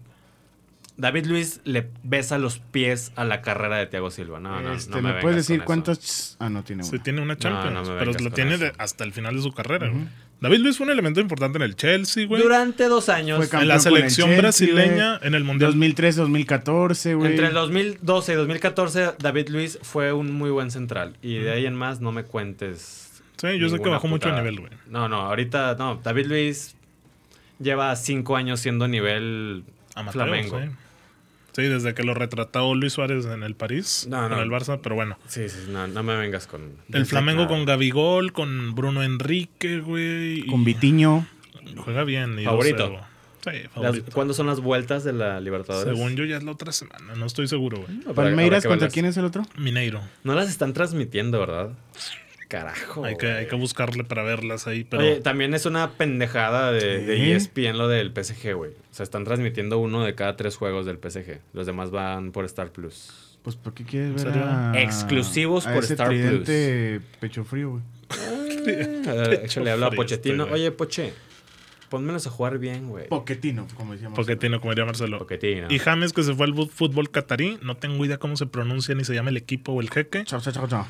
David Luis le besa los pies a la carrera de Thiago Silva. No, no, Este, no. ¿Me vengas puedes con decir eso. cuántos? Ah, no tiene Se uno. tiene una Champions, no me pero vengas la con tiene eso. de- hasta el final de su carrera, güey. David Luis fue un elemento importante en el Chelsea, güey. Durante dos años. Fue En la campeón con el selección Chelsea, eh, brasileña, en el Mundial. 2013-2014, güey. Entre el 2012 y 2014, David Luis fue un muy buen central. Y de ahí en más, no me cuentes. Sí, yo sé que ninguna bajó mucho de putada. nivel, güey. No, no, ahorita, no. David Luis lleva cinco años siendo nivel Amateur, Flamengo. Sí. Sí, desde que lo retrató Luis Suárez en el París, No, no. con el Barça, pero bueno. Sí, sí, no, no me vengas con. El Flamengo con Gabigol, con Bruno Enrique, güey. y Con Vitiño. Juega bien. Y Favorito. 2-0. Sí, Las- favorito. ¿Cuándo son las vueltas de la Libertadores? Según yo ya es la otra semana, no estoy seguro, güey. Habrá- habrá Palmeiras, que ¿contra verlas. quién es el otro? Mineiro. No las están transmitiendo, ¿verdad? Carajo. Hay que, güey. hay que buscarle para verlas ahí, pero... Oye, también es una pendejada de, E de Sí. ESPN lo del PSG, güey. O sea, están transmitiendo uno de cada tres juegos del PSG. Los demás van por Star Plus. [LAUGHS] Pues, ¿por qué quieres ver serio? a... Exclusivos a por ese Star Plus. tridente pecho frío, güey. Eh, hecho, le habla a frío este, Pochettino. güey. Oye, Poche, ponmenos a jugar bien, güey. Poquetino, como decíamos. porque tiene, como diría Marcelo. Pochettino. Y James, que se fue al bu- fútbol catarí, no tengo idea cómo se pronuncia ni se llama el equipo o el jeque, Chao, chao, chao, chao.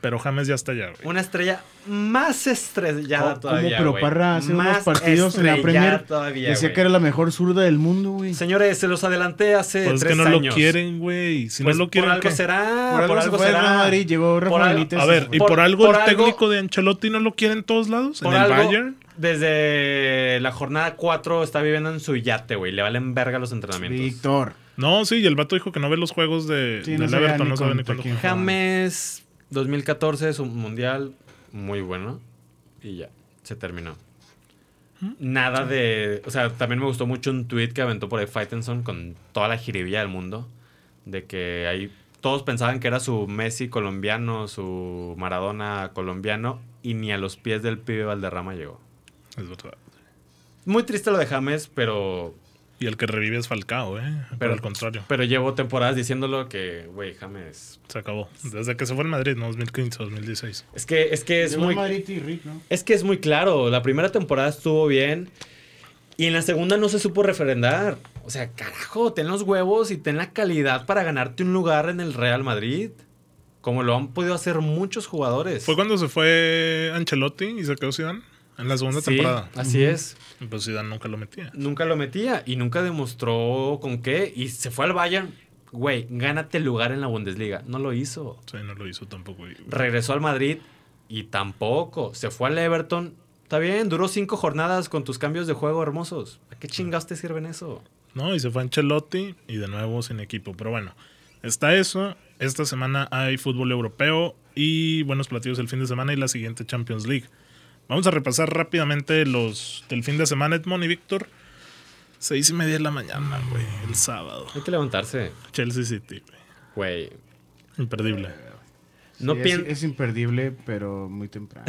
pero James ya está allá, güey. Una estrella más estrellada Como- todavía, pero güey. Parra hace unos Más partidos en la estrellada Premier todavía, decía güey. que era la mejor zurda del mundo, güey. Señores, se los adelanté hace Pues es tres que no lo años. quieren, güey. Si Pues no lo quieren, por algo ¿qué? será. Por algo se fue del será. Real Madrid, llegó Por Rafa algo- Benítez. A ver, ¿y Por- por, algo por el algo- técnico de Ancelotti no lo quiere en todos lados? Por ¿En el algo, Bayern? Desde la jornada 4 está viviendo en su yate, güey. Le valen verga los entrenamientos. Víctor. No, sí, y el vato dijo que no ve los juegos de, Sí, del no sabe Everton, ni no sabe ni contra cuándo. quién. James 2014 es un mundial muy bueno y ya se terminó. Nada de, o sea, también me gustó mucho un tweet que aventó por ahí Faitenson con toda la jiribilla del mundo de que ahí todos pensaban que era su Messi colombiano, su Maradona colombiano y ni a los pies del pibe Valderrama llegó. Es verdad. Muy triste lo de James, pero Y el que revive es Falcao, ¿eh? Pero Pero- al contrario, pero llevo temporadas diciéndolo que, güey, James. se acabó. Desde que se fue al Madrid, ¿no? 2015, 2016. Es que es que es Llegó muy Madrid y Rick, ¿no? Es que es muy claro, la primera temporada estuvo bien y en la segunda no se supo referendar. O sea, carajo, ten los huevos y ten la calidad para ganarte un lugar en el Real Madrid, como lo han podido hacer muchos jugadores. ¿Fue cuando se fue Ancelotti y se quedó Zidane? En la segunda Sí, temporada. así es. Pues Zidane nunca lo metía. Nunca lo metía y nunca demostró con qué y se fue al Bayern. Güey, gánate el lugar en la Bundesliga. No lo hizo. Sí, no lo hizo tampoco. güey. regresó al Madrid y tampoco. Se fue al Everton. Está bien, duró cinco jornadas con tus cambios de juego hermosos. ¿A qué chingados te sirven eso? No, y se fue Ancelotti y de nuevo sin equipo. Pero bueno, está eso. Esta semana hay fútbol europeo y buenos platillos el fin de semana y la siguiente Champions League. Vamos a repasar rápidamente los del fin de semana, Edmond y Víctor. Seis y media de la mañana, güey, el sábado. Hay que levantarse, Chelsea City, güey. güey. Imperdible. No, Sí, es, pien- es imperdible, pero muy temprano.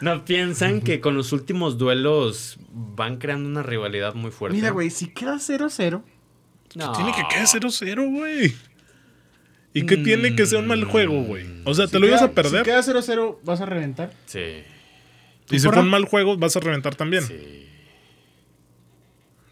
no piensan que con los últimos duelos van creando una rivalidad muy fuerte. Mira, güey, si queda 0-0, No. Tiene que quedar 0-0, güey. ¿Y qué tiene que ser un mal juego, güey? O sea, te lo ibas a Si perder queda 0-0, vas a reventar. Sí, y si fue un mal juego, vas a reventar también. sí.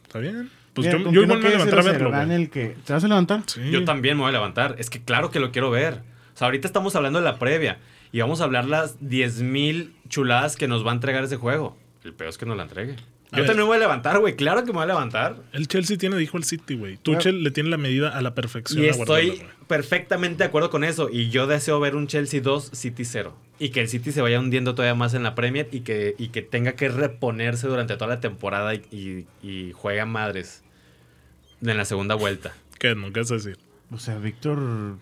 Está bien. Pues Mira, yo, con yo que no igual me quede levantaré a 0-0, verlo. gana güey. el que... ¿Te vas a levantar? Sí. Yo también me voy a levantar. Es que claro que lo quiero ver. O sea, ahorita estamos hablando de la previa y vamos a hablar las 10.000 chuladas que nos va a entregar ese juego. El peor es que nos la entregue. A Yo ver. también me voy a levantar, güey. Claro que me voy a levantar. El Chelsea tiene, dijo el City, güey. Tuchel le tiene la medida a la perfección. y a Guardiola, estoy güey. perfectamente de acuerdo con eso. Y yo deseo ver un Chelsea 2, City 0. Y que el City se vaya hundiendo todavía más en la Premier y que, y que tenga que reponerse durante toda la temporada y, y, y juegue a madres. en la segunda vuelta. ¿Qué, no? ¿Qué vas a decir? O sea, Víctor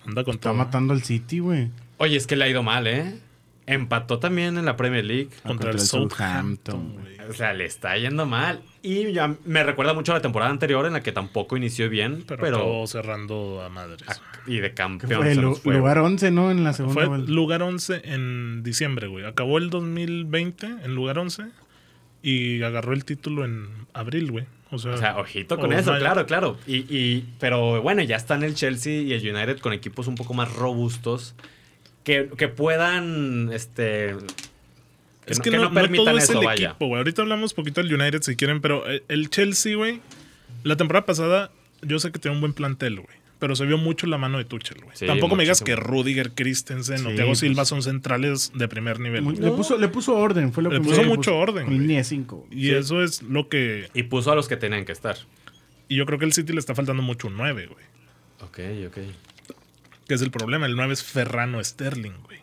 Anda con está todo. matando al City, güey. Oye, es que le ha ido mal, ¿eh? Empató también en la Premier League. Contra, el Southampton, güey. güey. O sea, le está yendo mal. Y ya me recuerda mucho a la temporada anterior en la que tampoco inició bien, Pero, pero, Ah. acabó cerrando a madres. ac- y de Que campeón. fue se lu- nos fue. lugar 11, ¿no? En la segunda Fue vuelta. lugar 11 en diciembre, güey. Acabó el 2020 en lugar 11 y agarró el título en abril, güey. O sea, O sea, ojito con Oh, eso, my- claro, claro. Y, y- pero bueno, ya están el Chelsea y el United con equipos un poco más robustos que, que puedan, este... es que no, no todo es el equipo, güey. Ahorita hablamos poquito del United si quieren, pero el- el Chelsea, güey, la temporada pasada yo sé que tenía un buen plantel, güey. Pero se vio mucho la mano de Tuchel, güey. Sí, Tampoco me digas que muchísimo. Rudiger, Christensen o Sí, Thiago Silva pues. son centrales de primer nivel. Muy- güey. le, puso, le puso orden, fue lo Le primero puso que mucho orden, Con güey. línea 5. Y eso es lo que... Y puso a los que tenían que estar. Y yo creo que el City le está faltando mucho un 9, güey. Ok, ok. Que es el problema. El 9 es Ferrano Sterling, güey.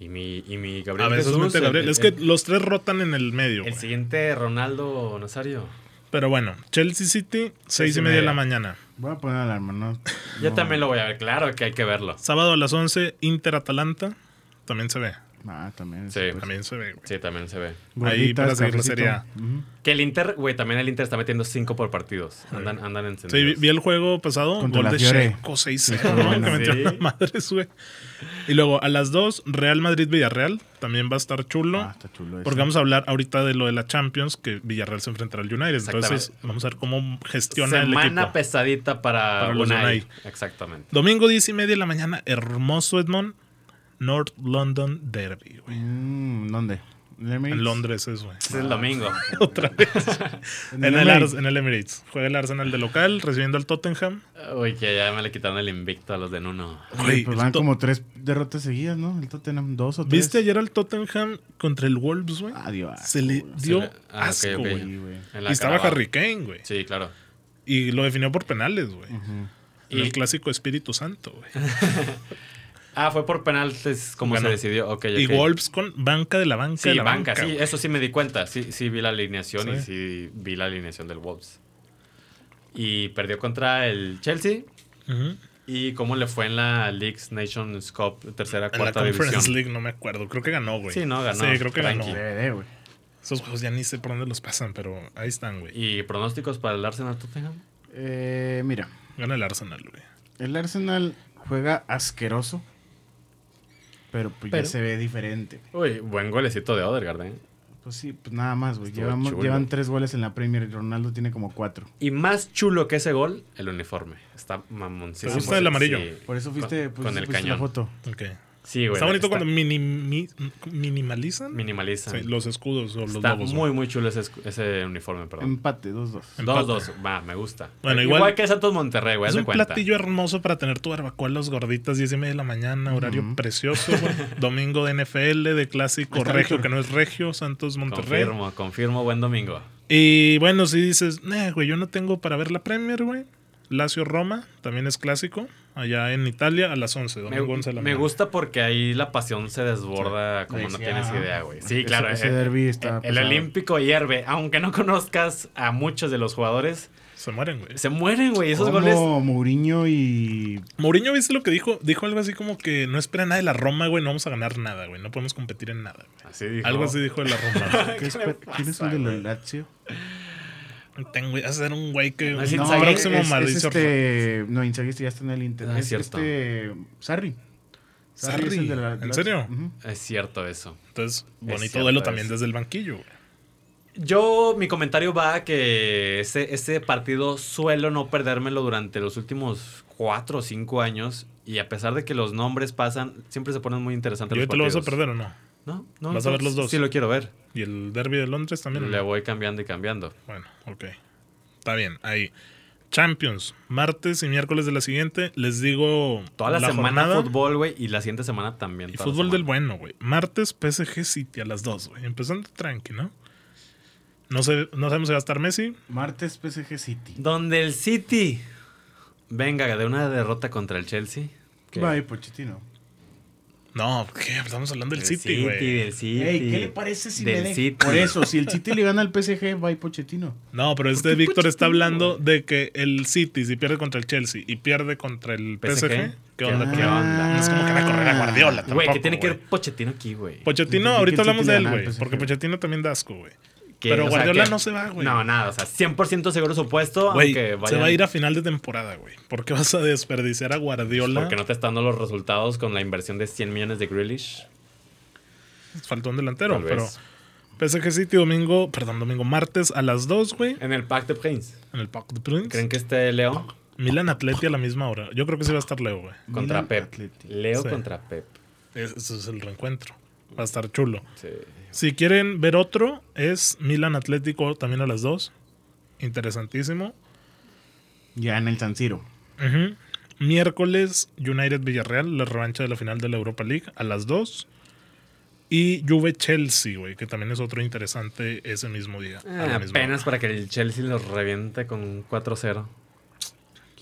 Y mi, y mi Gabriel A veces Jesús, mete el- Gabriel. el- es que el- los tres rotan en el medio, El güey. siguiente Ronaldo Nazario. Pero bueno, Chelsea City, seis y media de la mañana. Voy a poner alarma, [LAUGHS] ¿no? Yo No, también lo voy a ver, claro que hay que verlo. Sábado a las 11, Inter Atalanta. También se ve. Ah, también. Sí. pues. También se ve, güey. Sí, también se ve. Ahí para seguir la cafecito. Serie A. Ujú. Que el Inter, güey, también el Inter está metiendo 5 por partidos. Andan, andan Sí, vi, encendidos. vi el juego pasado. Contra gol la de Fiore. Shevko 6-0. Sí, ¿no? [LAUGHS] bueno. Que metió Sí. una madre, güey. Y luego a las 2, Real Madrid-Villarreal. También va a estar chulo. Ah, está chulo eso. Porque vamos a hablar ahorita de lo de la Champions, que Villarreal se enfrentará al United. Entonces, Exactamente. vamos a ver cómo gestiona el Semana equipo. pesadita para, Para los Unai. Unai. Exactamente. Domingo 10 y media de la mañana, hermoso Edmond, North London Derby, güey. Mm, ¿Dónde? ¿En Emirates? En Londres es, güey. Es el domingo. [LAUGHS] Otra [LAUGHS] vez. ¿En En el, Emirates? Ars- en el Emirates. Juega el Arsenal de local, recibiendo al Tottenham. Uy, que ya me le quitaron el invicto a los de Nuno. Güey, Oye, pues el van to- como tres derrotas seguidas, ¿no? El Tottenham, dos o tres. Ah, ¿Viste ayer al Tottenham contra el Wolves, güey? Adiós. Se le dio Se le- ah, ok, asco, ok. güey. Sí, güey. Y En la estaba Carabao. Harry Kane, güey. Sí, claro. Y lo definió por penales, güey. Ujú. Y Y- el clásico Espíritu Santo, güey. Ah, fue por penaltis como Ganó. se decidió. Ok, Y ok. Wolves con banca de la banca Sí, de la banca, banca. sí, güey. eso sí me di cuenta. Sí, sí vi la alineación y Sí. sí vi la alineación del Wolves. Y perdió contra el Chelsea. Ujú. ¿Y cómo le fue en la Leagues Nations Cup, tercera, En la cuarta Conference división? League, no me acuerdo. Creo que ganó, güey. Sí, no, ganó. Sí, creo que Tranqui. ganó. Debe de, güey. Esos juegos ya ni sé por dónde los pasan, pero ahí están, güey. ¿Y pronósticos para el Arsenal Tottenham? Eh, mira, Gana el Arsenal, güey. el Arsenal juega asqueroso, pero pues Pero- ya se ve diferente. Uy, buen golecito de Odegaard, ¿eh? Pues sí, pues nada más, güey. Estuvo Llevamos- chulo. Llevan tres goles en la Premier y Ronaldo tiene como cuatro. Y más chulo que ese gol, el uniforme. Está mamoncísimo. ¿Te gusta el amarillo? Por eso fuiste, con, pues, con el pusiste la cañón. foto. Ok. Sí, güey. está bonito cuando minimi- minimalizan minimaliza. sí, los escudos o los está logos. muy, muy chulo ese, escu- ese uniforme, perdón. Empate, 2-2. empate. Dos, dos. Va, me gusta. Bueno, igual, igual- que Santos Monterrey, güey. güey. haz Es de un cuenta. platillo hermoso para tener tu barbacoa a las gorditas, 10 y media de la mañana, horario Ujú. precioso, [LAUGHS] güey. Domingo de NFL, de clásico Está regio, Víctor. que no es regio, Santos Monterrey. Confirmo, confirmo. Buen domingo. Y bueno, si dices, "Nah, güey, yo no tengo para ver la Premier, güey. Lazio Roma, también es clásico, allá en Italia a las 11, Me, domingo 11 de la me mañana. gusta porque ahí la pasión se desborda como no Decía- tienes idea, güey. Sí, Ese- claro. ese eh, derbi eh, está el pesado. Olímpico hierve. Aunque no conozcas a muchos de los jugadores, Se mueren, güey. se mueren, güey. Esos Como goles. Mourinho y... Mourinho, ¿viste lo que dijo? Dijo algo así como que no espera nada de la Roma, güey, no vamos a ganar nada, güey, no podemos competir en nada. güey". Así dijo. Algo así dijo de la Roma. ¿Qué le esper- ¿Quién es el de la Lazio? güey. [LAUGHS] Tengo, vas a ser un güey que No, es un Inzaghi, próximo es- es Mauricio este... No, Inzaghi ya está en el Inter. Ah, es es cierto. este... Sarri. es el de la Sarri, ¿en Lazio. serio? Ujú. Es cierto eso. Entonces, bonito cierto, duelo Mm. es. también desde el banquillo, güey. Yo, mi comentario va a que ese, ese partido suelo no perdérmelo durante los últimos cuatro o cinco años. Y a pesar de que los nombres pasan, siempre se ponen muy interesantes ¿Y los hoy te lo vas a partidos. perder o no? No, no. ¿Vas a ver los dos? Sí, lo quiero ver. ¿Y el derby de Londres también? o no? Le voy cambiando y cambiando. Bueno, ok. Está bien, ahí. Champions, martes y miércoles de la siguiente. Les digo Toda la, semana jornada. fútbol, güey, y la siguiente semana también. Y toda la fútbol del semana. bueno, güey. Martes, PSG City a las 2, güey. Empezando tranqui, ¿no? No, sé, no sabemos si va a estar Messi. Martes PSG City. Donde el City venga de una derrota contra el Chelsea. que Bye, Pochettino. No, ¿qué? Estamos hablando del Del City, güey. del City. Ey, ¿qué le parece si Del me de- City. Por eso, si el City le gana al PSG, va y Pochettino. No, pero este Víctor está hablando de que el City, si pierde contra el Chelsea y pierde contra el PSG, PSG, ¿qué onda? ¿qué con- onda? No es como que van a correr a Guardiola tampoco, Güey, que tiene que güey. Pues, ver Pochettino aquí, güey. Pochettino, Tiene que ahorita el City hablamos de él, ganar al güey. PSG, Porque güey. Pochettino también da asco, güey. Que, Pero o sea, Guardiola que- no se va, güey. No, nada, o sea, 100% seguro su puesto, Güey, aunque pues, se vayan- va a ir a final de temporada, güey. ¿Por qué vas a desperdiciar a Guardiola? Pues Porque no te están dando los resultados con la inversión de 100 millones de Grealish. Faltó un delantero, Tal pero vez. PSG City domingo, perdón, domingo martes a las 2, güey, En el Pacto de Prince. en el Parc de Prince. ¿Creen que esté Leo Milan Atleti a la misma hora. Yo creo que sí va a estar Leo, güey. contra Milan Pep? Atleti. Leo Sí. contra Pep. Es- Ese es el reencuentro. Va a estar chulo. Sí. Si quieren ver otro, es Milan Atlético también a las 2. Interesantísimo. Ya en el San Siro. Ujú. Miércoles, United Villarreal, la revancha de la final de la Europa League a las 2. Y Juve Chelsea, güey, que también es otro interesante ese mismo día. a la Ah, misma apenas para que el Chelsea los reviente con un 4-0.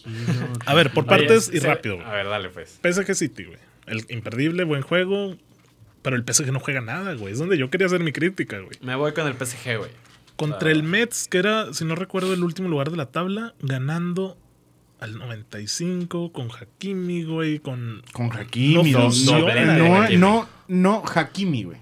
hora. A ver, por Oye, partes y se- rápido. A ver, dale pues. PSG City, güey. El imperdible, buen juego. Pero el PSG no juega nada, güey. Es donde yo quería hacer mi crítica, güey. Me voy con el PSG, güey. Contra Ah. el Mets, que era, si no recuerdo, el último lugar de la tabla, ganando al 95 con Hakimi, güey, con Con Hakimi. No No, funciona, no, güey. no, no Hakimi, güey.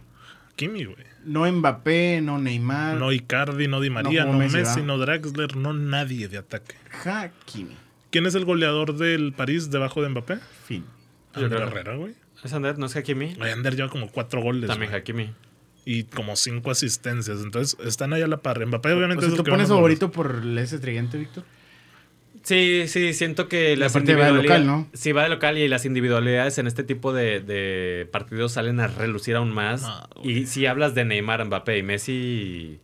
Hakimi, güey. No Mbappé, no Neymar. No Icardi, no Di María, no, Ah. jugó Messi, Messi, ¿verdad? no Draxler, no nadie de ataque. Hakimi. ¿Quién es el goleador del París debajo de Mbappé? Fin. Yo Ander creo- Herrera, güey. ¿Es Ander? ¿No es Hakimi? Güey, Ander lleva como cuatro goles También güey, Hakimi. y como cinco asistencias. Entonces están ahí a la par. Mbappé obviamente O sea, es el ¿Tú que va pones más goles. favorito por ese tridente, Víctor? Sí, sí, siento que las aparte va de individualidades. local, ¿no? Sí, va de local y las individualidades en este tipo de, de partidos salen a relucir aún más. Ah, y si hablas de Neymar, Mbappé y Messi.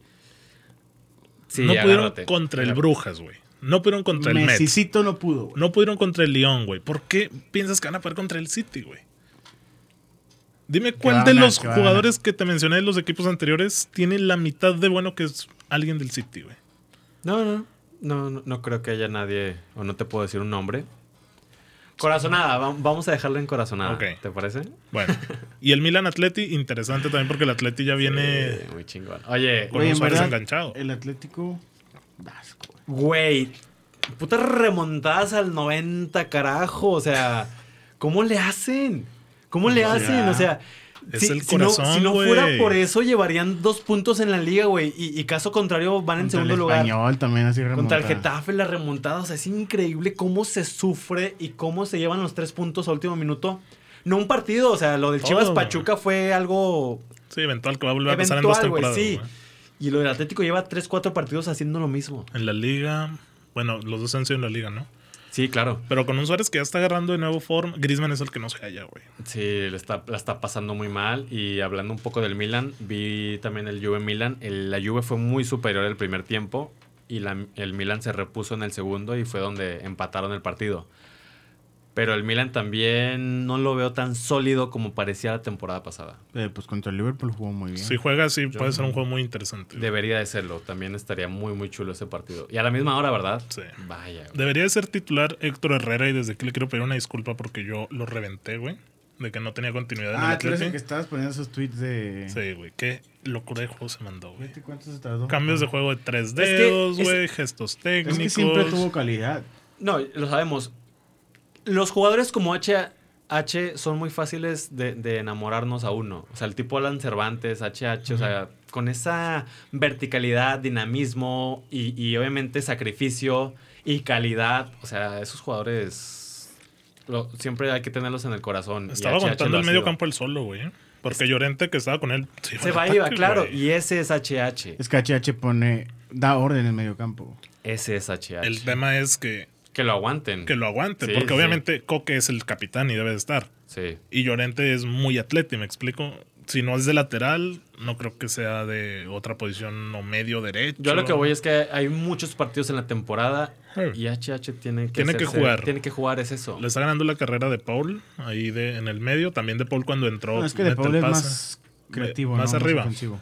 Sí, no pudieron agárrate. contra el Brujas, güey. No pudieron contra el Mets. Mesicito no pudo, güey. No pudieron contra el Lyon, güey. ¿Por qué piensas que van a poder contra el City, güey? Dime cuál van de a- los que van a- jugadores que te mencioné de los equipos anteriores tiene la mitad de bueno que es alguien del City, güey. No, no, no, no, no creo que haya nadie, o no te puedo decir un nombre. Corazonada, va- vamos a dejarlo en corazonada. Ok. ¿Te parece? [LAUGHS] Bueno, y el Milan Atleti, interesante también porque el Atleti ya viene Eh, muy chingón. Oye, con Oye, en los ojos verdad, enganchados. El Atlético. Vasco, güey. güey, putas remontadas al 90, carajo. O sea, ¿cómo le hacen? ¿Cómo le Ya. hacen? O sea, Es si, el si no- corazón, si no, güey. fuera por eso, llevarían dos puntos en la liga, güey. Y, y caso contrario, van en Contra segundo el lugar. Español también así Contra el remontada. Getafe, la remontada. O sea, es increíble cómo se sufre y cómo se llevan los tres puntos a último minuto. No un partido, o sea, lo del Todo, Chivas güey. Pachuca fue algo. Sí, eventual que va a volver a pasar en Eventual, dos temporadas. güey, sí. güey. Y lo del Atlético lleva tres, cuatro partidos haciendo lo mismo. En la liga, bueno, los dos han sido en la liga, ¿no? Sí, claro. Pero con un Suárez que ya está agarrando de nuevo form, Griezmann es el que no se halla, güey. Sí, le está, la está pasando muy mal. Y hablando un poco del Milan, vi también el Juve Milan. El- la Juve fue muy superior el primer tiempo y la- el Milan se repuso en el segundo y fue donde empataron el partido. Pero el Milan también no lo veo tan sólido como parecía la temporada pasada. Eh, pues contra el Liverpool jugó muy bien. Si juega así, Yo puede ser un no. juego muy interesante. güey. Debería de serlo. También estaría muy, muy chulo ese partido. Y a la misma hora, ¿verdad? Sí. Vaya. güey. Debería de ser titular Héctor Herrera y desde aquí le quiero pedir una disculpa porque yo lo reventé, güey. De que no tenía continuidad en el Ah, tú eres el Atleti. que estabas poniendo esos tweets de. Sí, güey. Qué locura de juego se mandó, güey. Fíjate ¿Cuánto se tardó? Cambios de juego de tres que dedos, es- güey. Gestos técnicos. Es que siempre tuvo calidad. No, lo sabemos. Los jugadores como H, H son muy fáciles de, de enamorarnos a uno. O sea, el tipo Alan Cervantes, HH, o sea, con esa verticalidad, dinamismo y, y obviamente sacrificio y calidad. O sea, esos jugadores lo- siempre hay que tenerlos en el corazón. y Estaba HH lo aguantando ha el medio sido. campo el solo, güey. ¿eh? Porque Llorente, que estaba con él. iba Se al va, [LAUGHS] iba, ataque, claro. güey. Y ese es HH. Es que HH pone. Da orden en el medio campo. Ese es HH. El tema es que, que lo aguanten. que lo aguante. Sí, porque sí. obviamente Coque es el capitán y debe de estar. Sí. Y Llorente es muy atleta, ¿me explico? Si no es de lateral, no creo que sea de otra posición o medio derecho. Yo a lo que voy es que hay muchos partidos en la temporada Hey. y HH tiene que, Tiene que hacerse- jugar. Tiene que jugar, es eso. Le está ganando la carrera de Paul ahí de, en el medio. También de Paul cuando entró. No, es que de mete el Paul es pase. más creativo. Más ¿no? arriba. ofensivo.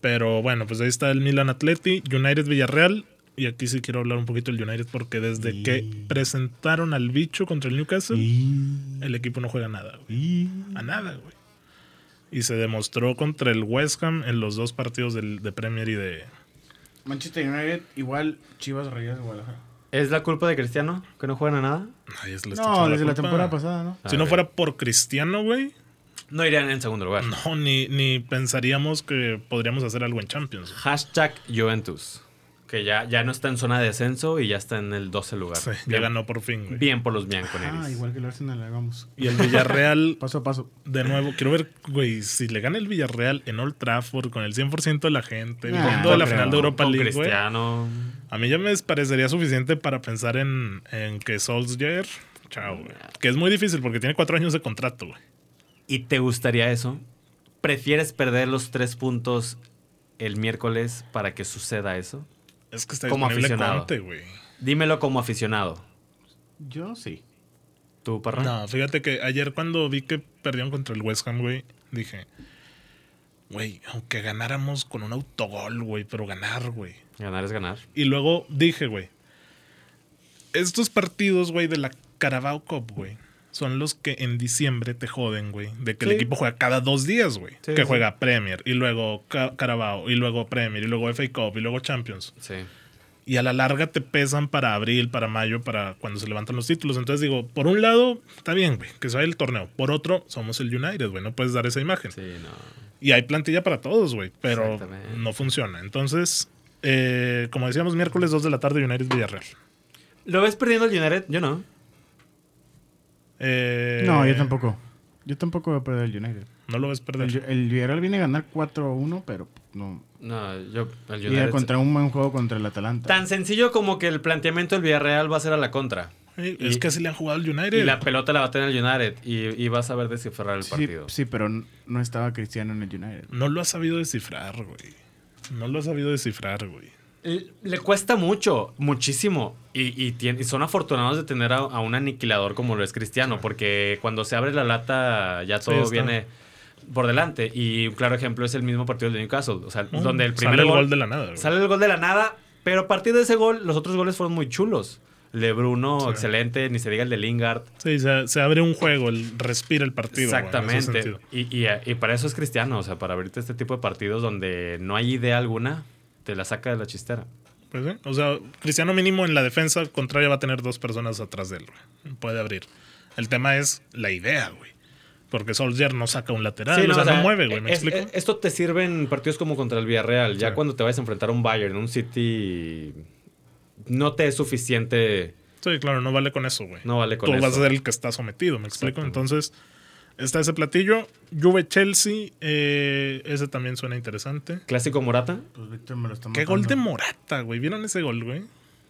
Pero bueno, pues ahí está el Milan Atleti, United Villarreal. Y aquí sí quiero hablar un poquito del United porque desde Y- que presentaron al bicho contra el Newcastle, Y- el equipo no juega nada. güey. y- A nada, güey. y se demostró contra el West Ham en los dos partidos del- de Premier y de... Manchester United igual Chivas Reyes de Guadalajara. ¿Es la culpa de Cristiano que no juegan a nada? Ay, es- le estoy echando No, desde la, culpa. temporada pasada, ¿no? Si A no ver. fuera por Cristiano, güey, No irían en segundo lugar. no, ni, ni pensaríamos que podríamos hacer algo en Champions. Hashtag Juventus. Que ya, ya no está en zona de descenso y ya está en el 12 lugar. Sí, ya bien, ganó por fin, güey. bien por los bianconeris. Ah, igual que el Arsenal, hagamos. Y el [LAUGHS] Villarreal, Paso a paso. de nuevo, quiero ver, güey, si le gana el Villarreal en Old Trafford con el 100% de la gente, Nah, viendo no la creo. final de Europa Con League, güey. Cristiano. A mí ya me parecería suficiente para pensar en, en que Solskjaer, chao, güey. Que es muy difícil porque tiene cuatro años de contrato, güey. ¿Y te gustaría eso? ¿Prefieres perder los tres puntos el miércoles para que suceda eso? Es que está Como disponible aficionado. Conte, güey. Dímelo como aficionado. Yo sí. ¿Tú, Parra? No, fíjate que ayer cuando vi que perdieron contra el West Ham, güey, dije, güey, aunque ganáramos con un autogol, güey, pero ganar, güey. Ganar es ganar. Y luego dije, güey, estos partidos, güey, de la Carabao Cup, güey, son los que en diciembre te joden, güey, de que Sí. el equipo juega cada dos días, güey. Sí, que sí. juega Premier y luego Ca- Carabao y luego Premier y luego FA Cup y luego Champions. Sí. Y a la larga te pesan para abril, para mayo, para cuando se levantan los títulos. Entonces digo, por un lado, está bien, güey, que sea el torneo. Por otro, somos el United, güey, no puedes dar esa imagen. Sí, no. Y hay plantilla para todos, güey, pero Exactamente. no funciona. Entonces, eh, como decíamos, miércoles 2 de la tarde, United Villarreal. ¿Lo ves perdiendo el United? Yo no. Eh, No, yo tampoco. Yo tampoco voy a perder el United. No lo ves El, perder. el Villarreal viene a ganar 4-1, pero no. No, yo. El Y United. contra un buen juego contra el Atalanta. Tan sencillo como que el planteamiento del Villarreal va a ser a la contra. Eh, es que así le han jugado al United. Y la pelota la va a tener el United y, y vas a ver descifrar el sí, partido. sí, pero n- no estaba Cristiano en el United. No lo ha sabido descifrar, güey. No lo ha sabido descifrar, güey. L- Le cuesta mucho, muchísimo. Y, y tien- y son afortunados de tener a, a un aniquilador como lo es Cristiano, porque cuando se abre la lata ya todo está. viene por delante. Y un claro ejemplo es el mismo partido de Newcastle, o sea, Mm, donde el primer sale gol, el gol de la nada, güey. sale el gol de la nada, pero a partir de ese gol, los otros goles fueron muy chulos. Le Bruno, Sí. excelente, ni se diga el de Lingard. Sí, se, se abre un juego, el, respira el partido. güey, en ese Exactamente. sentido. Y, y- y para eso es cristiano, o sea, para abrirte este tipo de partidos donde no hay idea alguna, te la saca de la chistera. Pues, sí. O sea, Cristiano mínimo en la defensa contraria va a tener dos personas atrás de él, güey. Puede abrir. El tema es la idea, güey. Porque Solskjaer no saca un lateral, Sí, Ah, o sea, o sea, no mueve, güey. ¿Me es- explico? es- esto te sirve en partidos como contra el Villarreal. Ya Sí. cuando te vayas a enfrentar a un Bayern, un City, no te es suficiente. Sí, claro, no vale con eso, güey. No vale con Tú eso. vas a ser el que está sometido, ¿me explico? Exactamente. Entonces, está ese platillo. Juve-Chelsea, eh, ese también suena interesante. Clásico Morata. Pues Víctor me lo está Qué gol de Morata, güey. ¿Vieron ese gol, güey?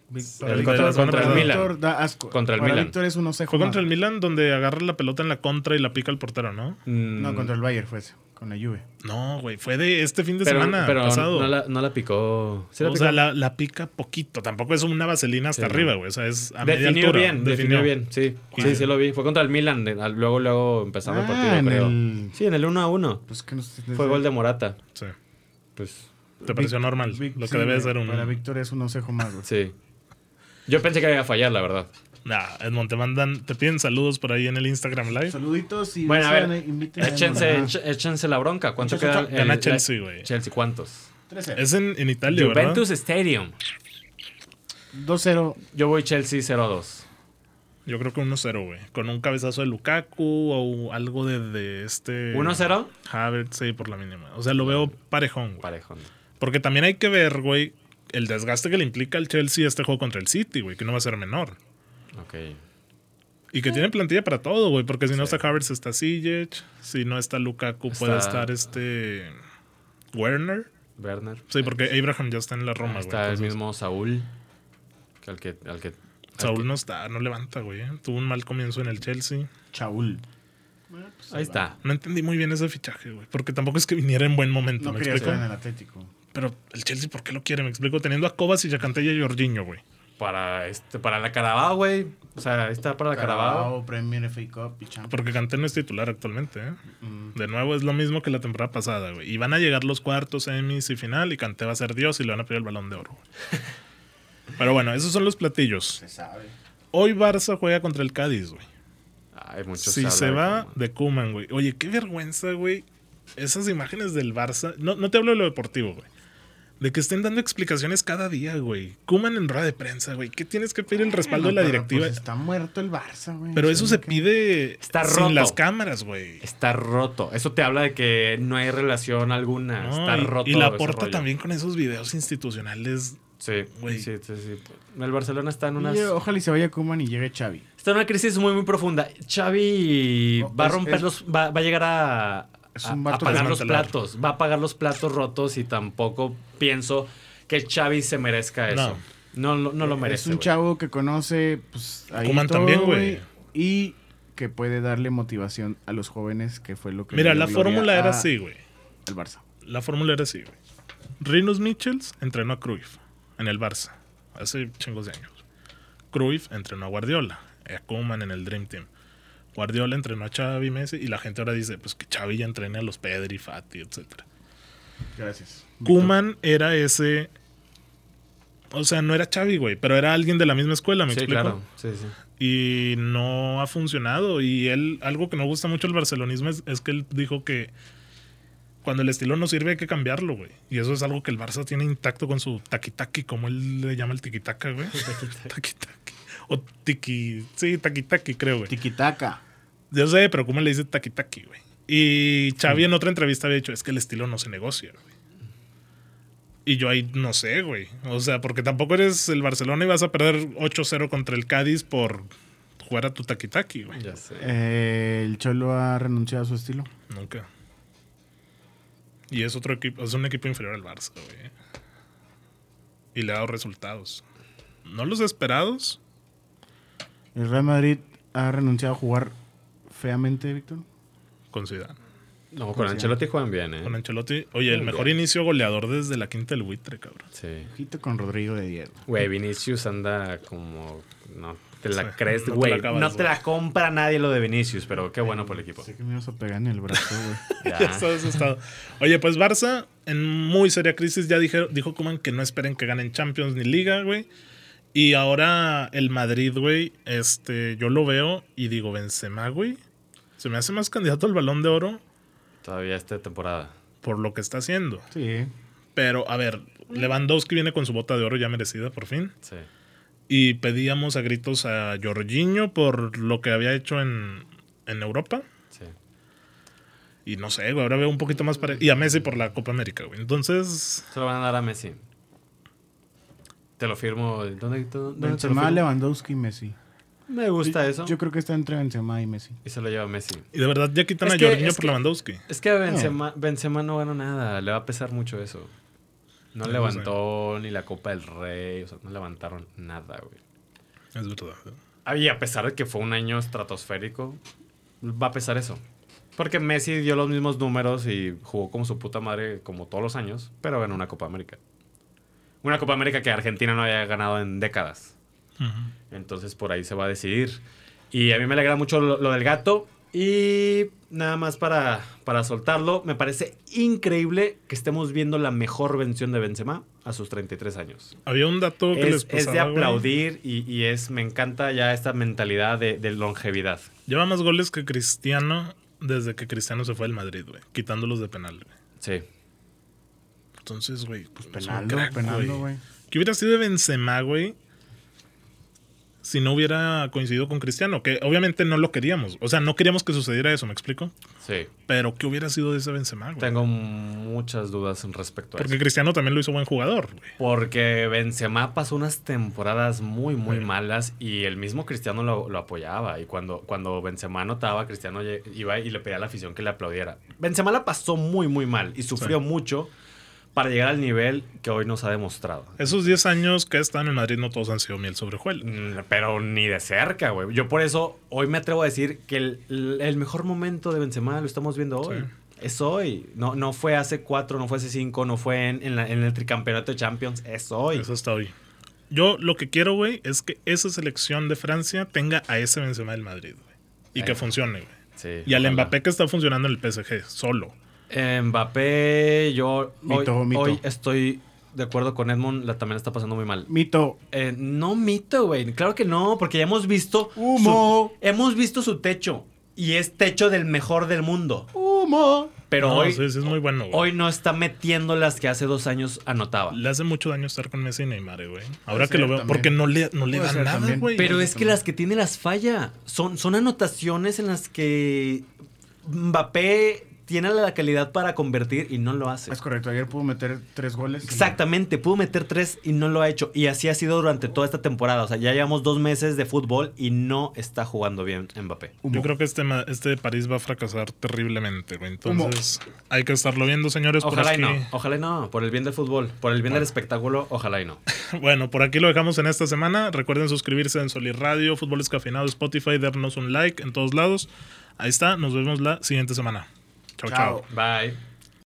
Víctor, El Víctor- contra- contra el Víctor Milan. da asco. Contra el Para Milan. Víctor es un osejo Fue más. contra el Milan donde agarra la pelota en la contra y la pica el portero, ¿no? Mm, No, contra el Bayern fue ese, con la Juve. No, güey. Fue de este fin de pero, semana pero pasado. No, la, no la picó. Sí la o picó. sea, la, la pica poquito. Tampoco es una vaselina hasta Sí, no. arriba, güey. O sea, es a media definió altura. bien, definió bien. Sí, Sí. sí, sí lo vi. Fue contra el Milan, de- al- luego, luego empezando el Ah, partido, en creo. el- Sí, en el 1 a 1. Pues que no sé- Fue gol de Morata. Sí. Pues Te pareció Vic- normal. Vic- lo que sí, debe güey, ser un. Para Víctor es un osejo más, güey. sí. Yo pensé que iba a fallar, la verdad. Nah, Edmond, te mandan. Te piden saludos por ahí en el Instagram Live. Saluditos y Bueno, a ver, vayan, inviten a- Échense, Ajá. eche- échense la bronca. ¿Cuánto Échense queda? ocho- gana la- Chelsea, güey. Chelsea, ¿cuántos? 3-0. Es en, en Italia, ¿verdad? Juventus Stadium. 2-0. Yo voy Chelsea 0-2. Yo creo que 1-0, güey. Con un cabezazo de Lukaku o algo de, de este. 1-0, Havertz, sí, por la mínima. O sea, lo veo parejón, güey. parejo. Porque también hay que ver, güey, el desgaste que le implica al Chelsea este juego contra el City, güey, que no va a ser menor. Ok. Y que tiene Mm. plantilla para todo, güey, porque si no está Havertz está Ziyech, si no está Lukaku puede Está- estar este Werner. Werner. Sí, porque Abraham ya está en la Roma, Ah, güey. Eh, Está el entonces, mismo Ah, Saúl. que Al que, al que, al Saúl no está, no levanta, güey. eh. Tuvo un mal comienzo en el Chelsea. Chaul. que- pues Ahí está. No entendí muy bien ese fichaje, güey, porque tampoco es que viniera en buen momento, No ¿me quería explico? estar en el Atlético. Pero el Chelsea, ¿por qué lo quiere? Me explico, teniendo a Kovac y Yacantella y Jorginho, güey. Para, este, para la Carabao, güey. O sea, ahí está para la Carabao. Carabao, Premier, FA Cup y Champions. Porque Kanté no es titular actualmente, ¿eh? Mm. De nuevo es lo mismo que la temporada pasada, güey. Y van a llegar los cuartos, semis y final y Kanté va a ser Dios y le van a pedir el balón de oro. güey. Pero bueno, esos son los platillos. Se sabe. Hoy Barça juega contra el Cádiz, güey. Ay, mucho Si habla se de va Coman. de Kuman, güey. Oye, qué vergüenza, güey. esas imágenes del Barça, no, no te hablo de lo deportivo, güey. De que estén dando explicaciones cada día, güey. Kuman en rueda de prensa, güey. ¿Qué tienes que pedir el respaldo de la Pero, directiva? pues, está muerto el Barça, güey. Pero O eso sea, se que- pide Está sin roto. las cámaras, güey. Está roto. Eso te habla de que no hay relación alguna. No, Ah, Está y, roto. y la ese aporta rollo. también con esos videos institucionales. Sí, Güey. sí, sí, sí. El Barcelona está en unas. Y, eh, ojalá y se vaya Kuman y llegue Xavi. Está en una crisis muy, muy profunda. Xavi No, va a es- romper es- los. Va, va a llegar a. Es a- un a, vato pagar los desmantelar. platos. Va a pagar los platos rotos y tampoco pienso que Xavi se merezca eso. No, no, no lo merece. Es un güey. chavo que conoce, pues, ahí Koeman todo, también, güey. güey. Y que puede darle motivación a los jóvenes, que fue lo que... Mira, le la dio gloria fórmula Ah. era a- así, güey. Al Barça. La fórmula era así, güey. Rinus Michels entrenó a Cruyff en el Barça hace chingos de años. Cruyff entrenó a Guardiola, a Koeman en el Dream Team. Guardiola entrenó a Xavi Messi y la gente ahora dice, pues que Xavi ya entrene a los Pedri, Fati, etcétera. Gracias. Kuman era ese o sea, no era Xavi, güey, pero era alguien de la misma escuela, ¿me Sí, explico? claro. Sí, sí. y no ha funcionado. Y él, algo que no gusta mucho el barcelonismo es, es que él dijo que cuando el estilo no sirve hay que cambiarlo, güey. Y eso es algo que el Barça tiene intacto con su taquitaqui, como él le llama el tiquitaca, güey. [LAUGHS] taquitaqui. O tiqui, sí, taquitaqui, creo, güey. Tiquitaca. Yo sé, pero ¿cómo le dice taquitaqui, güey? Y Xavi en otra entrevista había dicho, es que el estilo no se negocia, güey. Y yo ahí no sé, güey. O sea, porque tampoco eres el Barcelona y vas a perder 8-0 contra el Cádiz por jugar a tu taquitaqui, güey. Ya sé. Eh, el Cholo ha renunciado a su estilo. Nunca. Y es otro equipo, es un equipo inferior al Barça, güey. Y le ha dado resultados. No los esperados. El Real Madrid ha renunciado a jugar feamente, Víctor. Con Zidane. No, con Ancelotti juegan bien, ¿eh? Con Ancelotti. Oye, el mejor inicio goleador desde la quinta del buitre, cabrón. Sí. Ojito con Rodrigo de Diego. Güey, Vinicius anda como. No te la Sí, crees, no te güey. la acabas, no te güey. la compra nadie lo de Vinicius, pero qué bueno por el equipo. Sé que me ibas a pegar en el brazo, güey. [LAUGHS] [LAUGHS] Ya. Ya está asustado. Oye, pues Barça, en muy seria crisis, ya dije, dijo Kuman que no esperen que ganen Champions ni Liga, güey. Y ahora el Madrid, güey, este, yo lo veo y digo, Benzema, güey, se me hace más candidato al Balón de Oro Todavía esta temporada. por lo que está haciendo. sí. Pero, a ver, Lewandowski viene con su bota de oro ya merecida, por fin. Sí. Y pedíamos a gritos a Jorginho por lo que había hecho en, en Europa. Sí. Y no sé, güey, ahora veo un poquito más para... Y a Messi por la Copa América, güey. Entonces, Se lo van a dar a Messi. Te lo firmo. ¿Dónde, dónde te lo Benzema, firmo? Lewandowski y Messi. Me gusta eso. Yo creo que está entre Benzema y Messi. Y se lo lleva Messi. Y de verdad ya quitan Es a que- Jorginho es por que- Lewandowski. Es que a Eh. Benzema, Benzema no ganó nada. Le va a pesar mucho eso. No Sí, levantó ni la Copa del Rey. O sea, no levantaron nada, güey. Es verdad. ¿eh? Ah, Y a pesar de que fue un año estratosférico, va a pesar eso. Porque Messi dio los mismos números y jugó como su puta madre como todos los años, pero ganó una Copa América. Una Copa América que Argentina no había ganado en décadas. Entonces por ahí se va a decidir. Y a mí me alegra mucho lo, lo del gato. Y nada más para, para soltarlo, me parece increíble que estemos viendo la mejor vención de Benzema a sus 33 años Había un dato que les es, es pasaba. de güey. aplaudir y, y es me encanta ya esta mentalidad de, de longevidad. Lleva más goles que Cristiano desde que Cristiano se fue al Madrid, güey. Quitándolos de penal, güey. Sí. Entonces, güey, pues es un Penaldo, crack, penaldo, güey. ¿Qué hubiera sido de Benzema, güey? Si no hubiera coincidido con Cristiano, que obviamente no lo queríamos. O sea, no queríamos que sucediera eso, ¿me explico? Sí. Pero ¿qué hubiera sido de ese Benzema, güey? Tengo muchas dudas en respecto a Porque eso. Cristiano también lo hizo buen jugador, güey. Porque Benzema pasó unas temporadas muy, muy Sí. malas y el mismo Cristiano lo, lo apoyaba. Y cuando, cuando Benzema anotaba, Cristiano lle- iba y le pedía a la afición que le aplaudiera. Benzema la pasó muy, muy mal y sufrió mucho para llegar al nivel que hoy nos ha demostrado. Esos 10 años que están en Madrid no todos han sido miel sobre hojuelas. Mm, Pero ni de cerca, güey. Yo por eso hoy me atrevo a decir que el, el mejor momento de Benzema lo estamos viendo hoy. Sí. Es hoy. No, no fue hace cuatro, no fue hace cinco, no fue en, en la- en el tricampeonato de Champions. Es hoy. Eso está hoy. Yo lo que quiero, güey, es que esa selección de Francia tenga a ese Benzema del Madrid, güey. Y que Ahí. funcione, güey. Eh, Sí, Y al ojalá. Mbappé que está funcionando en el PSG, solo. Eh, Mbappé, yo hoy, Mito, mito. hoy estoy de acuerdo con Edmond, la también está pasando muy mal. Mito. Eh, no mito, güey. Claro que no, porque ya hemos visto. Humo. Su, hemos visto su techo. Y es techo del mejor del mundo. humo. Pero No, hoy, sí, sí es muy bueno, güey. hoy no está metiendo las que hace dos años anotaba. Le hace mucho daño estar con Messi y Neymar, eh, güey. Ahora que ser lo veo, también. porque no le, no le Puede dan ser nada, también. güey. Pero yo es que también. las que tiene las falla. Son, son anotaciones en las que Mbappé tiene la calidad para convertir y no lo hace. Es correcto, ayer pudo meter tres goles. y- Exactamente, pudo meter tres y no lo ha hecho. Y así ha sido durante toda esta temporada. O sea, ya llevamos dos meses de fútbol y no está jugando bien Mbappé. Humo. Yo creo que este, ma- este París va a fracasar terriblemente, güey. Entonces, hay que estarlo viendo, señores. Pues por Ojalá y aquí. no, ojalá y no, por el bien del fútbol, por el bien del espectáculo, ojalá y no. Bueno, por aquí lo dejamos en esta semana. Recuerden suscribirse en Solir Radio, Fútbol Escafeinado, Spotify, darnos un like en todos lados. Ahí está, nos vemos la siguiente semana. chao. Chao. chao. Bye.